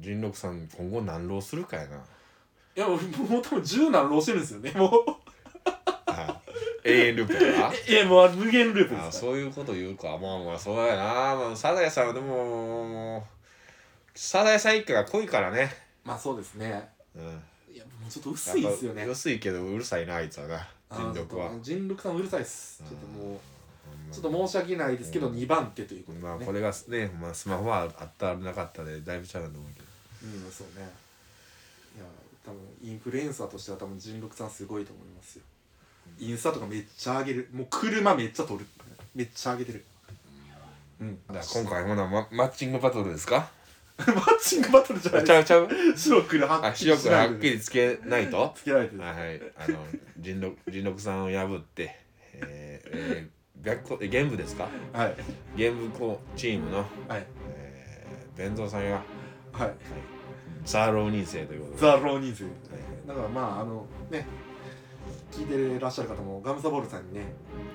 [SPEAKER 1] 人六さん今後何浪するかやな
[SPEAKER 2] いやもうもう多分10何浪してるんですよねもう
[SPEAKER 1] はい永遠ループや
[SPEAKER 2] いやもう無限ループ
[SPEAKER 1] なあ
[SPEAKER 2] ですか
[SPEAKER 1] そういうこと言うかまあまあそうやな、まあ、サタヤさんはでももうサタヤさん一家が濃いからね、
[SPEAKER 2] まあそうですね
[SPEAKER 1] うん、
[SPEAKER 2] いやもうちょっと薄いですよね
[SPEAKER 1] 薄いけどうるさいなあいつはな人力は
[SPEAKER 2] あー人力さんうるさいっすちょっともうちょっ
[SPEAKER 1] う
[SPEAKER 2] と申し訳ないですけど2番手ということで
[SPEAKER 1] まあ
[SPEAKER 2] ね
[SPEAKER 1] これがね、まあ、スマホはあったなかったでだいぶちゃうと思うけど
[SPEAKER 2] うんそうねいや多分インフルエンサーとしては多分人力さんすごいと思いますよインスタとかめっちゃ上げるもう車めっちゃ撮るめっちゃ上げてるうん
[SPEAKER 1] だから今回ほな、ま、マッチングバトルですか
[SPEAKER 2] マッチングバトルじゃな
[SPEAKER 1] あ
[SPEAKER 2] い
[SPEAKER 1] ちゃ
[SPEAKER 2] で
[SPEAKER 1] うちゃ う
[SPEAKER 2] す白黒は
[SPEAKER 1] あ
[SPEAKER 2] っきり
[SPEAKER 1] 白
[SPEAKER 2] し
[SPEAKER 1] く
[SPEAKER 2] な
[SPEAKER 1] はいっきりつけないと
[SPEAKER 2] つけられてる
[SPEAKER 1] はい、あの人六人六さんを破って、えーえー、白虎え玄武ですか
[SPEAKER 2] はい
[SPEAKER 1] 玄武こうチームの、
[SPEAKER 2] はい
[SPEAKER 1] えー、弁蔵さんが、はい、
[SPEAKER 2] はい
[SPEAKER 1] ザーロー人生ということで、
[SPEAKER 2] ザ・浪人生だからまああのね聞いてらっしゃる方もガムサボールさんにね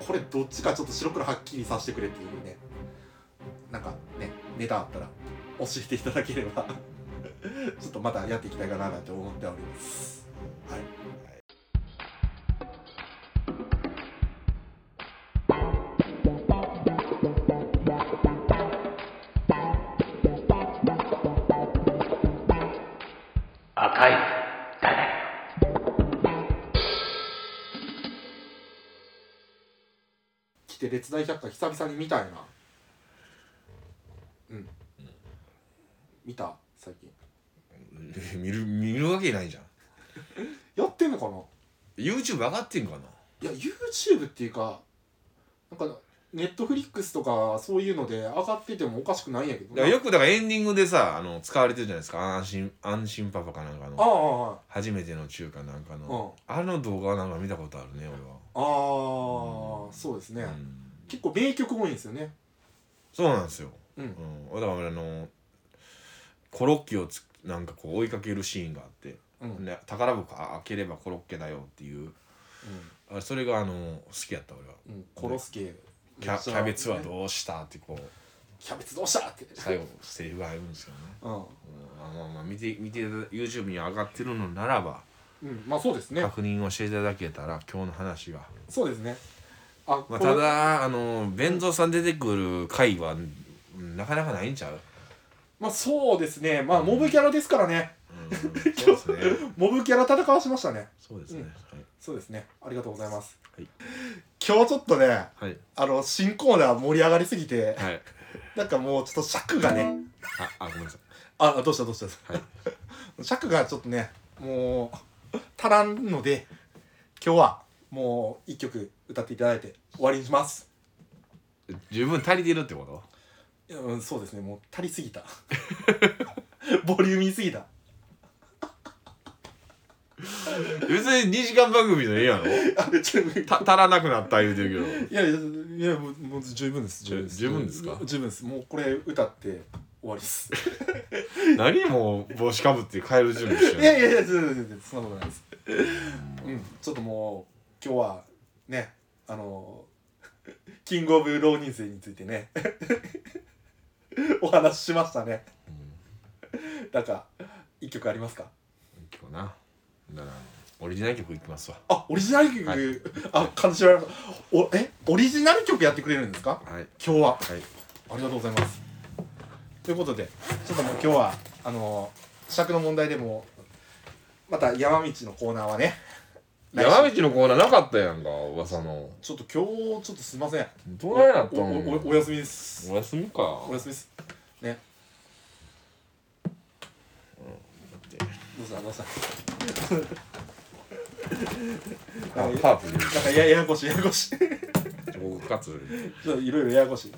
[SPEAKER 2] これどっちかちょっと白黒はっきりさせてくれっていうふうにねなんかねネタあったら教えていただければ ちょっとまたやっていきたいかななんて思っておりますはい
[SPEAKER 6] 赤い誰
[SPEAKER 2] 来て列大百科久々に見たいなうん、見た最近
[SPEAKER 1] 見る見るわけないじゃん
[SPEAKER 2] やってんのかな
[SPEAKER 1] YouTube 上がってんかない
[SPEAKER 2] や YouTube っていうかなんかネットフリックスとかそういうので上がっててもおかしくないんやけど
[SPEAKER 1] だからよくだからエンディングでさあの使われてるじゃないですか安心安心パパかなんか
[SPEAKER 2] ああ
[SPEAKER 1] の
[SPEAKER 2] ああ
[SPEAKER 1] 初めての中華なんか
[SPEAKER 2] あ
[SPEAKER 1] のあの動画はなんか見たことあるね
[SPEAKER 2] ああ、そうですね、
[SPEAKER 1] 俺は、うん、
[SPEAKER 2] 結構名曲多いんですよね
[SPEAKER 1] そうなんですよ、
[SPEAKER 2] うん
[SPEAKER 1] うん、だから俺あのコロッケをつなんかこう追いかけるシーンがあって、
[SPEAKER 2] うん、うん、
[SPEAKER 1] ね、宝箱あ開ければコロッケだよっていうあそれがあの好きやった俺は
[SPEAKER 2] うん、コロスケ
[SPEAKER 1] キャキャベツは
[SPEAKER 2] う
[SPEAKER 1] どうしたってこう
[SPEAKER 2] キャベツどうしたって
[SPEAKER 1] 最後セリフが入るんですけどね、
[SPEAKER 2] うん、
[SPEAKER 1] うんまあまあまあ見て見て YouTube に上がってるのならば
[SPEAKER 2] うん、まあそうですね
[SPEAKER 1] 確認をしていただけたら今日の話が、
[SPEAKER 2] そうですね
[SPEAKER 1] ま
[SPEAKER 2] あ、
[SPEAKER 1] あ、
[SPEAKER 2] これ
[SPEAKER 1] ただあの弁蔵さん出てくる回はうんなかなかないんちゃう、
[SPEAKER 2] まあそうですねまあモブキャラですからね
[SPEAKER 1] うん、 そうですね
[SPEAKER 2] モブキャラ戦わしましたね
[SPEAKER 1] そうですね、
[SPEAKER 2] そうですねありがとうございます、
[SPEAKER 1] はい
[SPEAKER 2] 今日ちょっとね
[SPEAKER 1] はいはい
[SPEAKER 2] あの新コーナー盛り上がりすぎて
[SPEAKER 1] はい
[SPEAKER 2] なんかもうちょっと尺がね
[SPEAKER 1] ああごめんなさい
[SPEAKER 2] ああどうしたどうした、
[SPEAKER 1] は
[SPEAKER 2] 尺がちょっとねもう足らんので今日はもう一曲歌っていただいて終わりにします
[SPEAKER 1] 十分足りてるってこと
[SPEAKER 2] うんそうですねもう足りす ぎたボリューミーすぎた
[SPEAKER 1] 別に2時間番組のええやろ
[SPEAKER 2] あちょっと
[SPEAKER 1] た足らなくなった言うてるけど
[SPEAKER 2] いやいやいやもうもう十分です十分です
[SPEAKER 1] 十分ですか
[SPEAKER 2] 十分ですもうこれ歌って終わりです
[SPEAKER 1] 何もう帽子かぶって帰る準備して
[SPEAKER 2] い
[SPEAKER 1] る
[SPEAKER 2] やいやいや全然全然そんなことないですうんちょっともう今日はねあのキングオブ浪人生についてね お話ししましたねなんか一曲ありますか
[SPEAKER 1] 今日なならオリジナル曲いきますわ
[SPEAKER 2] あオリジナル曲、
[SPEAKER 1] はい
[SPEAKER 2] あ感じられましたおえオリジナル曲やってくれるんですか
[SPEAKER 1] はい
[SPEAKER 2] 今日は
[SPEAKER 1] はい
[SPEAKER 2] ありがとうございます。ということで、ちょっともう今日は、あのー、尺の問題でも、また山道のコーナーはね、来週
[SPEAKER 1] 山道のコーナーなかったやんか噂の
[SPEAKER 2] ちょっと今日、ちょっとすいません。
[SPEAKER 1] どないなった
[SPEAKER 2] お
[SPEAKER 1] の
[SPEAKER 2] おおお休みです。
[SPEAKER 1] お休みか
[SPEAKER 2] お休みです。ね。どうしたどうした
[SPEAKER 1] あ
[SPEAKER 2] なんか
[SPEAKER 1] パープル
[SPEAKER 2] なんかやややこしいややこしい。
[SPEAKER 1] 僕かつ
[SPEAKER 2] ちょっといろいろややこしい。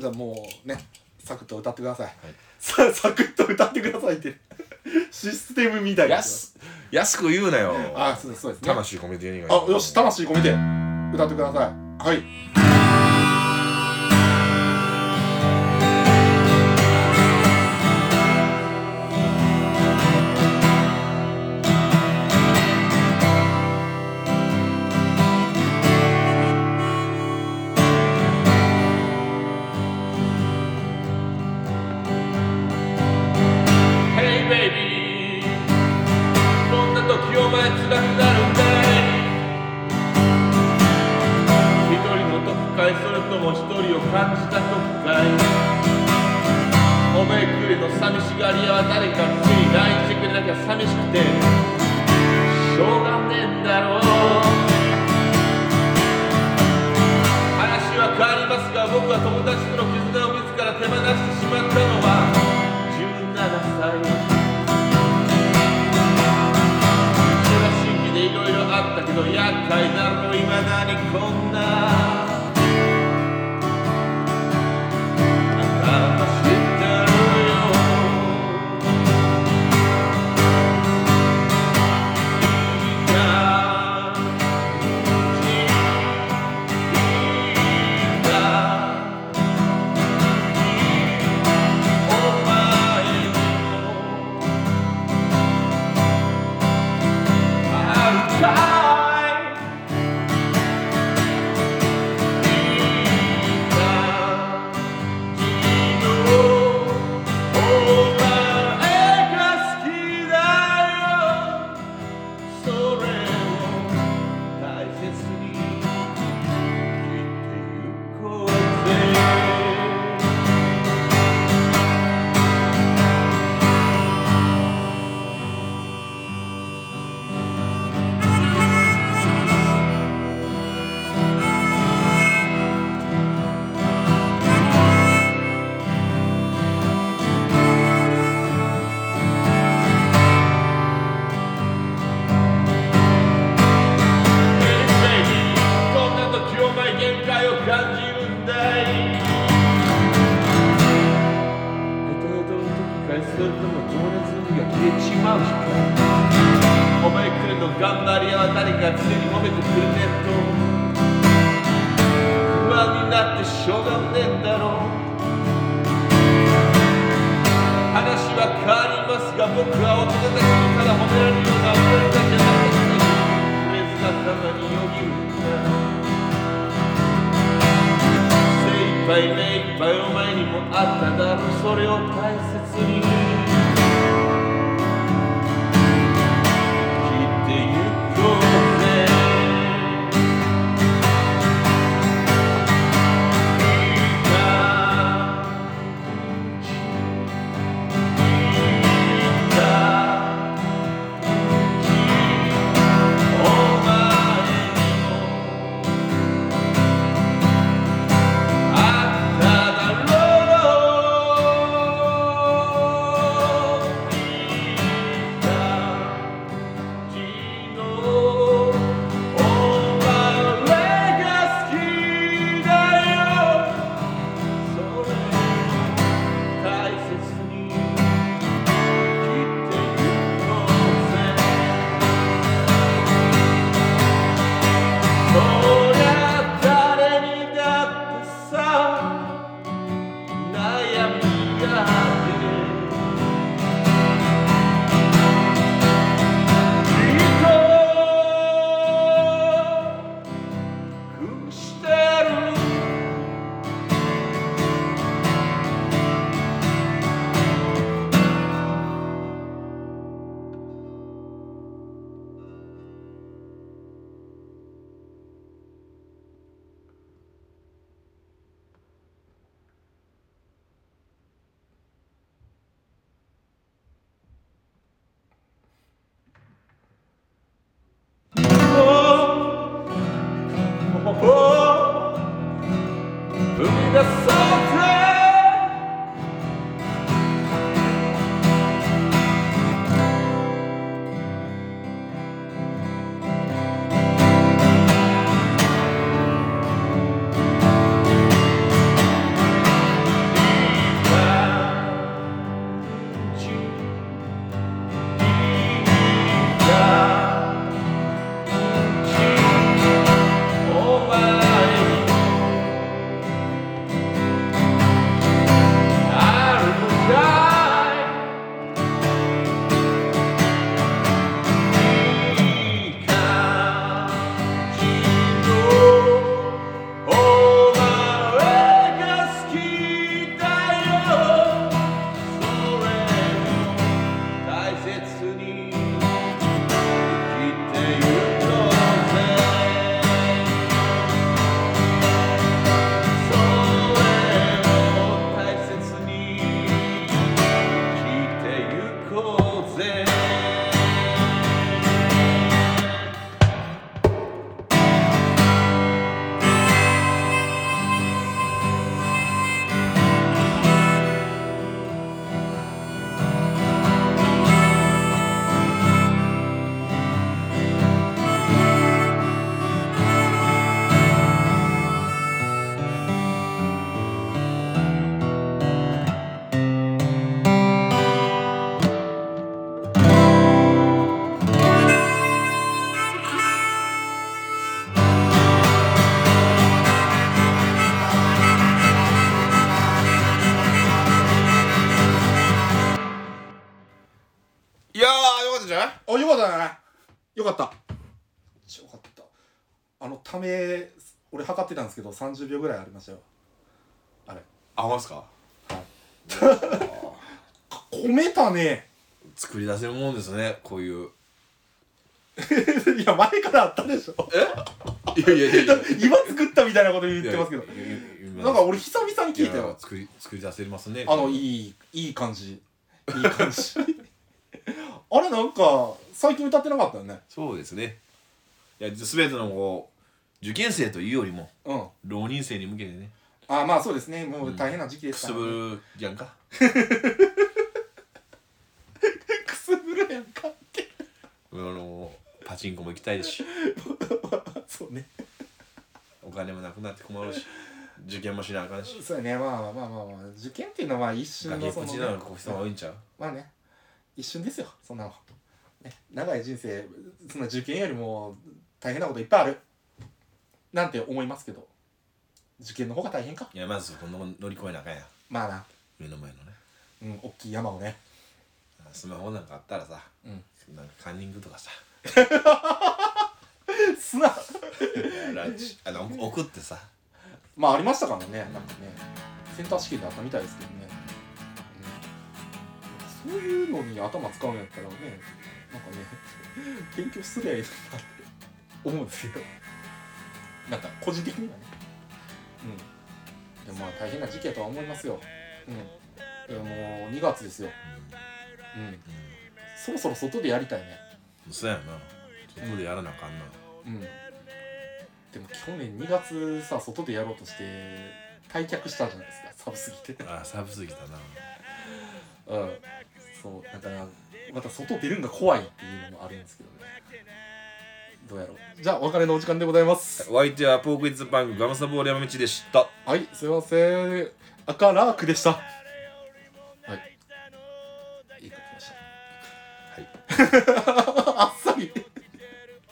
[SPEAKER 2] じゃあもうね、サクッと歌ってください。さサクッと歌ってくださいって。システムみたいな。
[SPEAKER 1] 安安く言うなよ
[SPEAKER 2] あ、そうです、そうです、ね。
[SPEAKER 1] 魂込めて言うに
[SPEAKER 2] あ、
[SPEAKER 1] は
[SPEAKER 2] よし、魂込めて歌ってください。はい。
[SPEAKER 6] Hey baby こんな時お前辛くなるんだい一人の特会それとも一人を感じた特会おめえくれの寂しがり屋は誰かつい LINE してくれなきゃ寂しくてしょうがねえんだろう話は変わりますが僕は友達との絆を自ら手放してしまったのは17歳それは新規でいろいろあったけど厄介なのいまだにこんなあたしってるよいいかそれとも情熱の火が消えちまうしかおめくるの頑張り屋は誰か常に褒めてくれてると不安になってしょうがねえんだろう話は変わりますが僕は大人たちにただ褒められるような俺だけじゃなくてフレーズが頭によぎるんだ精一杯目いっぱいお前にもあっただろうそれを大切に生きてゆこうぜみんな「お前があっただろう」「いたきのお前が好きだよ」「それを大切に」「生きてゆこうぜ」「そりゃ誰にだってさ悩みがある」「きっと苦してる」Yeah. お前に「あっただろう」「いい感じのお前が好きだよ」「それを大切に」生きてゆこうぜ」「それを大切に生きてゆこうぜ」
[SPEAKER 1] いやーよかったんじゃない
[SPEAKER 2] あよかったねよかったよかったあのため俺測ってたんですけど30秒ぐらいありましたよあれ
[SPEAKER 1] あほんすか
[SPEAKER 2] か込めたね
[SPEAKER 1] 作り出せるもんですねこういう
[SPEAKER 2] いや前からあったでしょ
[SPEAKER 1] いやいやいやいや
[SPEAKER 2] 今作ったみたいなこと言ってますけどなんか俺久々に聞いたよ
[SPEAKER 1] 作り作り出せますね
[SPEAKER 2] あのいいいい感じいい感じ あれなんか最近歌ってなかったよね
[SPEAKER 1] そうですねいや全てのこう受験生というよりも
[SPEAKER 2] うん
[SPEAKER 1] 浪人生に向けてね
[SPEAKER 2] あまあそうですねもう大変な時期で
[SPEAKER 1] く
[SPEAKER 2] す
[SPEAKER 1] す
[SPEAKER 2] から、
[SPEAKER 1] ぶるやんか
[SPEAKER 2] くすぶるやんかって
[SPEAKER 1] あのパチンコも行きたいし
[SPEAKER 2] そうね
[SPEAKER 1] お金もなくなって困るし受験もしなあかんし
[SPEAKER 2] そうやねまあまあまあまあ、まあ、受験っていうのは一瞬
[SPEAKER 1] 崖
[SPEAKER 2] の
[SPEAKER 1] っ
[SPEAKER 2] そ
[SPEAKER 1] ぷ
[SPEAKER 2] の、
[SPEAKER 1] ちなのこう人が多いんちゃう
[SPEAKER 2] まあね一瞬ですよそんなの、ね、長い人生そんな受験よりも大変なこといっぱいあるなんて思いますけど受験の方が大変か
[SPEAKER 1] いやまずこの乗り越えなあかんや
[SPEAKER 2] まあな
[SPEAKER 1] 目の前のね
[SPEAKER 2] うん大きい山をね
[SPEAKER 1] スマホなんかあったらさ、
[SPEAKER 2] うん
[SPEAKER 1] なんかカンニングとかさ
[SPEAKER 2] 砂
[SPEAKER 1] ランチあの送ってさ
[SPEAKER 2] まあありましたからねなんかねセンター試験であったみたいですけどね、うん、そういうのに頭使うんやったらねなんかね勉強すりゃいいのになって思うんですけどなんか個人的にはねうんでもまあ大変な時期やとは思いますようんでももう2月ですようん
[SPEAKER 1] うん、
[SPEAKER 2] そろそろ外でやりたいね
[SPEAKER 1] うん、そうやな外でやらなあかんな、
[SPEAKER 2] うんでも去年2月さ外でやろうとして退却したじゃないですか寒すぎて
[SPEAKER 1] ああ寒すぎたな
[SPEAKER 2] うん、そうだからまた外出るんが怖いっていうのもあるんですけどねどうやろうじゃあお別れのお時間でございます
[SPEAKER 7] お相手はポークイズパンクガムサボール山道でした
[SPEAKER 2] はいすいません赤ラークでしたはいいい感じでしたはい あっさり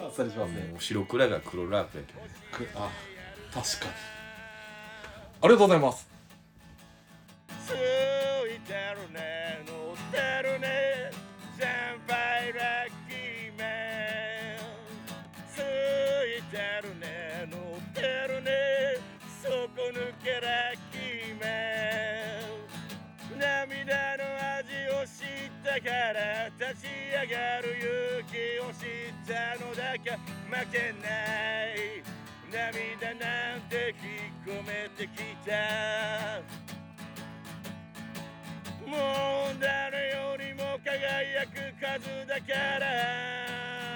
[SPEAKER 2] あっさりしますね、
[SPEAKER 7] もう白くらいが黒ラープやけどね
[SPEAKER 2] くあ確かにありがとうございます
[SPEAKER 6] ついてるね乗ってるね先輩ラッキーメンついてるね乗ってるね底抜けラッキーメン涙の味を知ったから立ち上がる勇気を知ったのだか負けない涙なんて引っ込めてきたもう誰よりも輝く数だから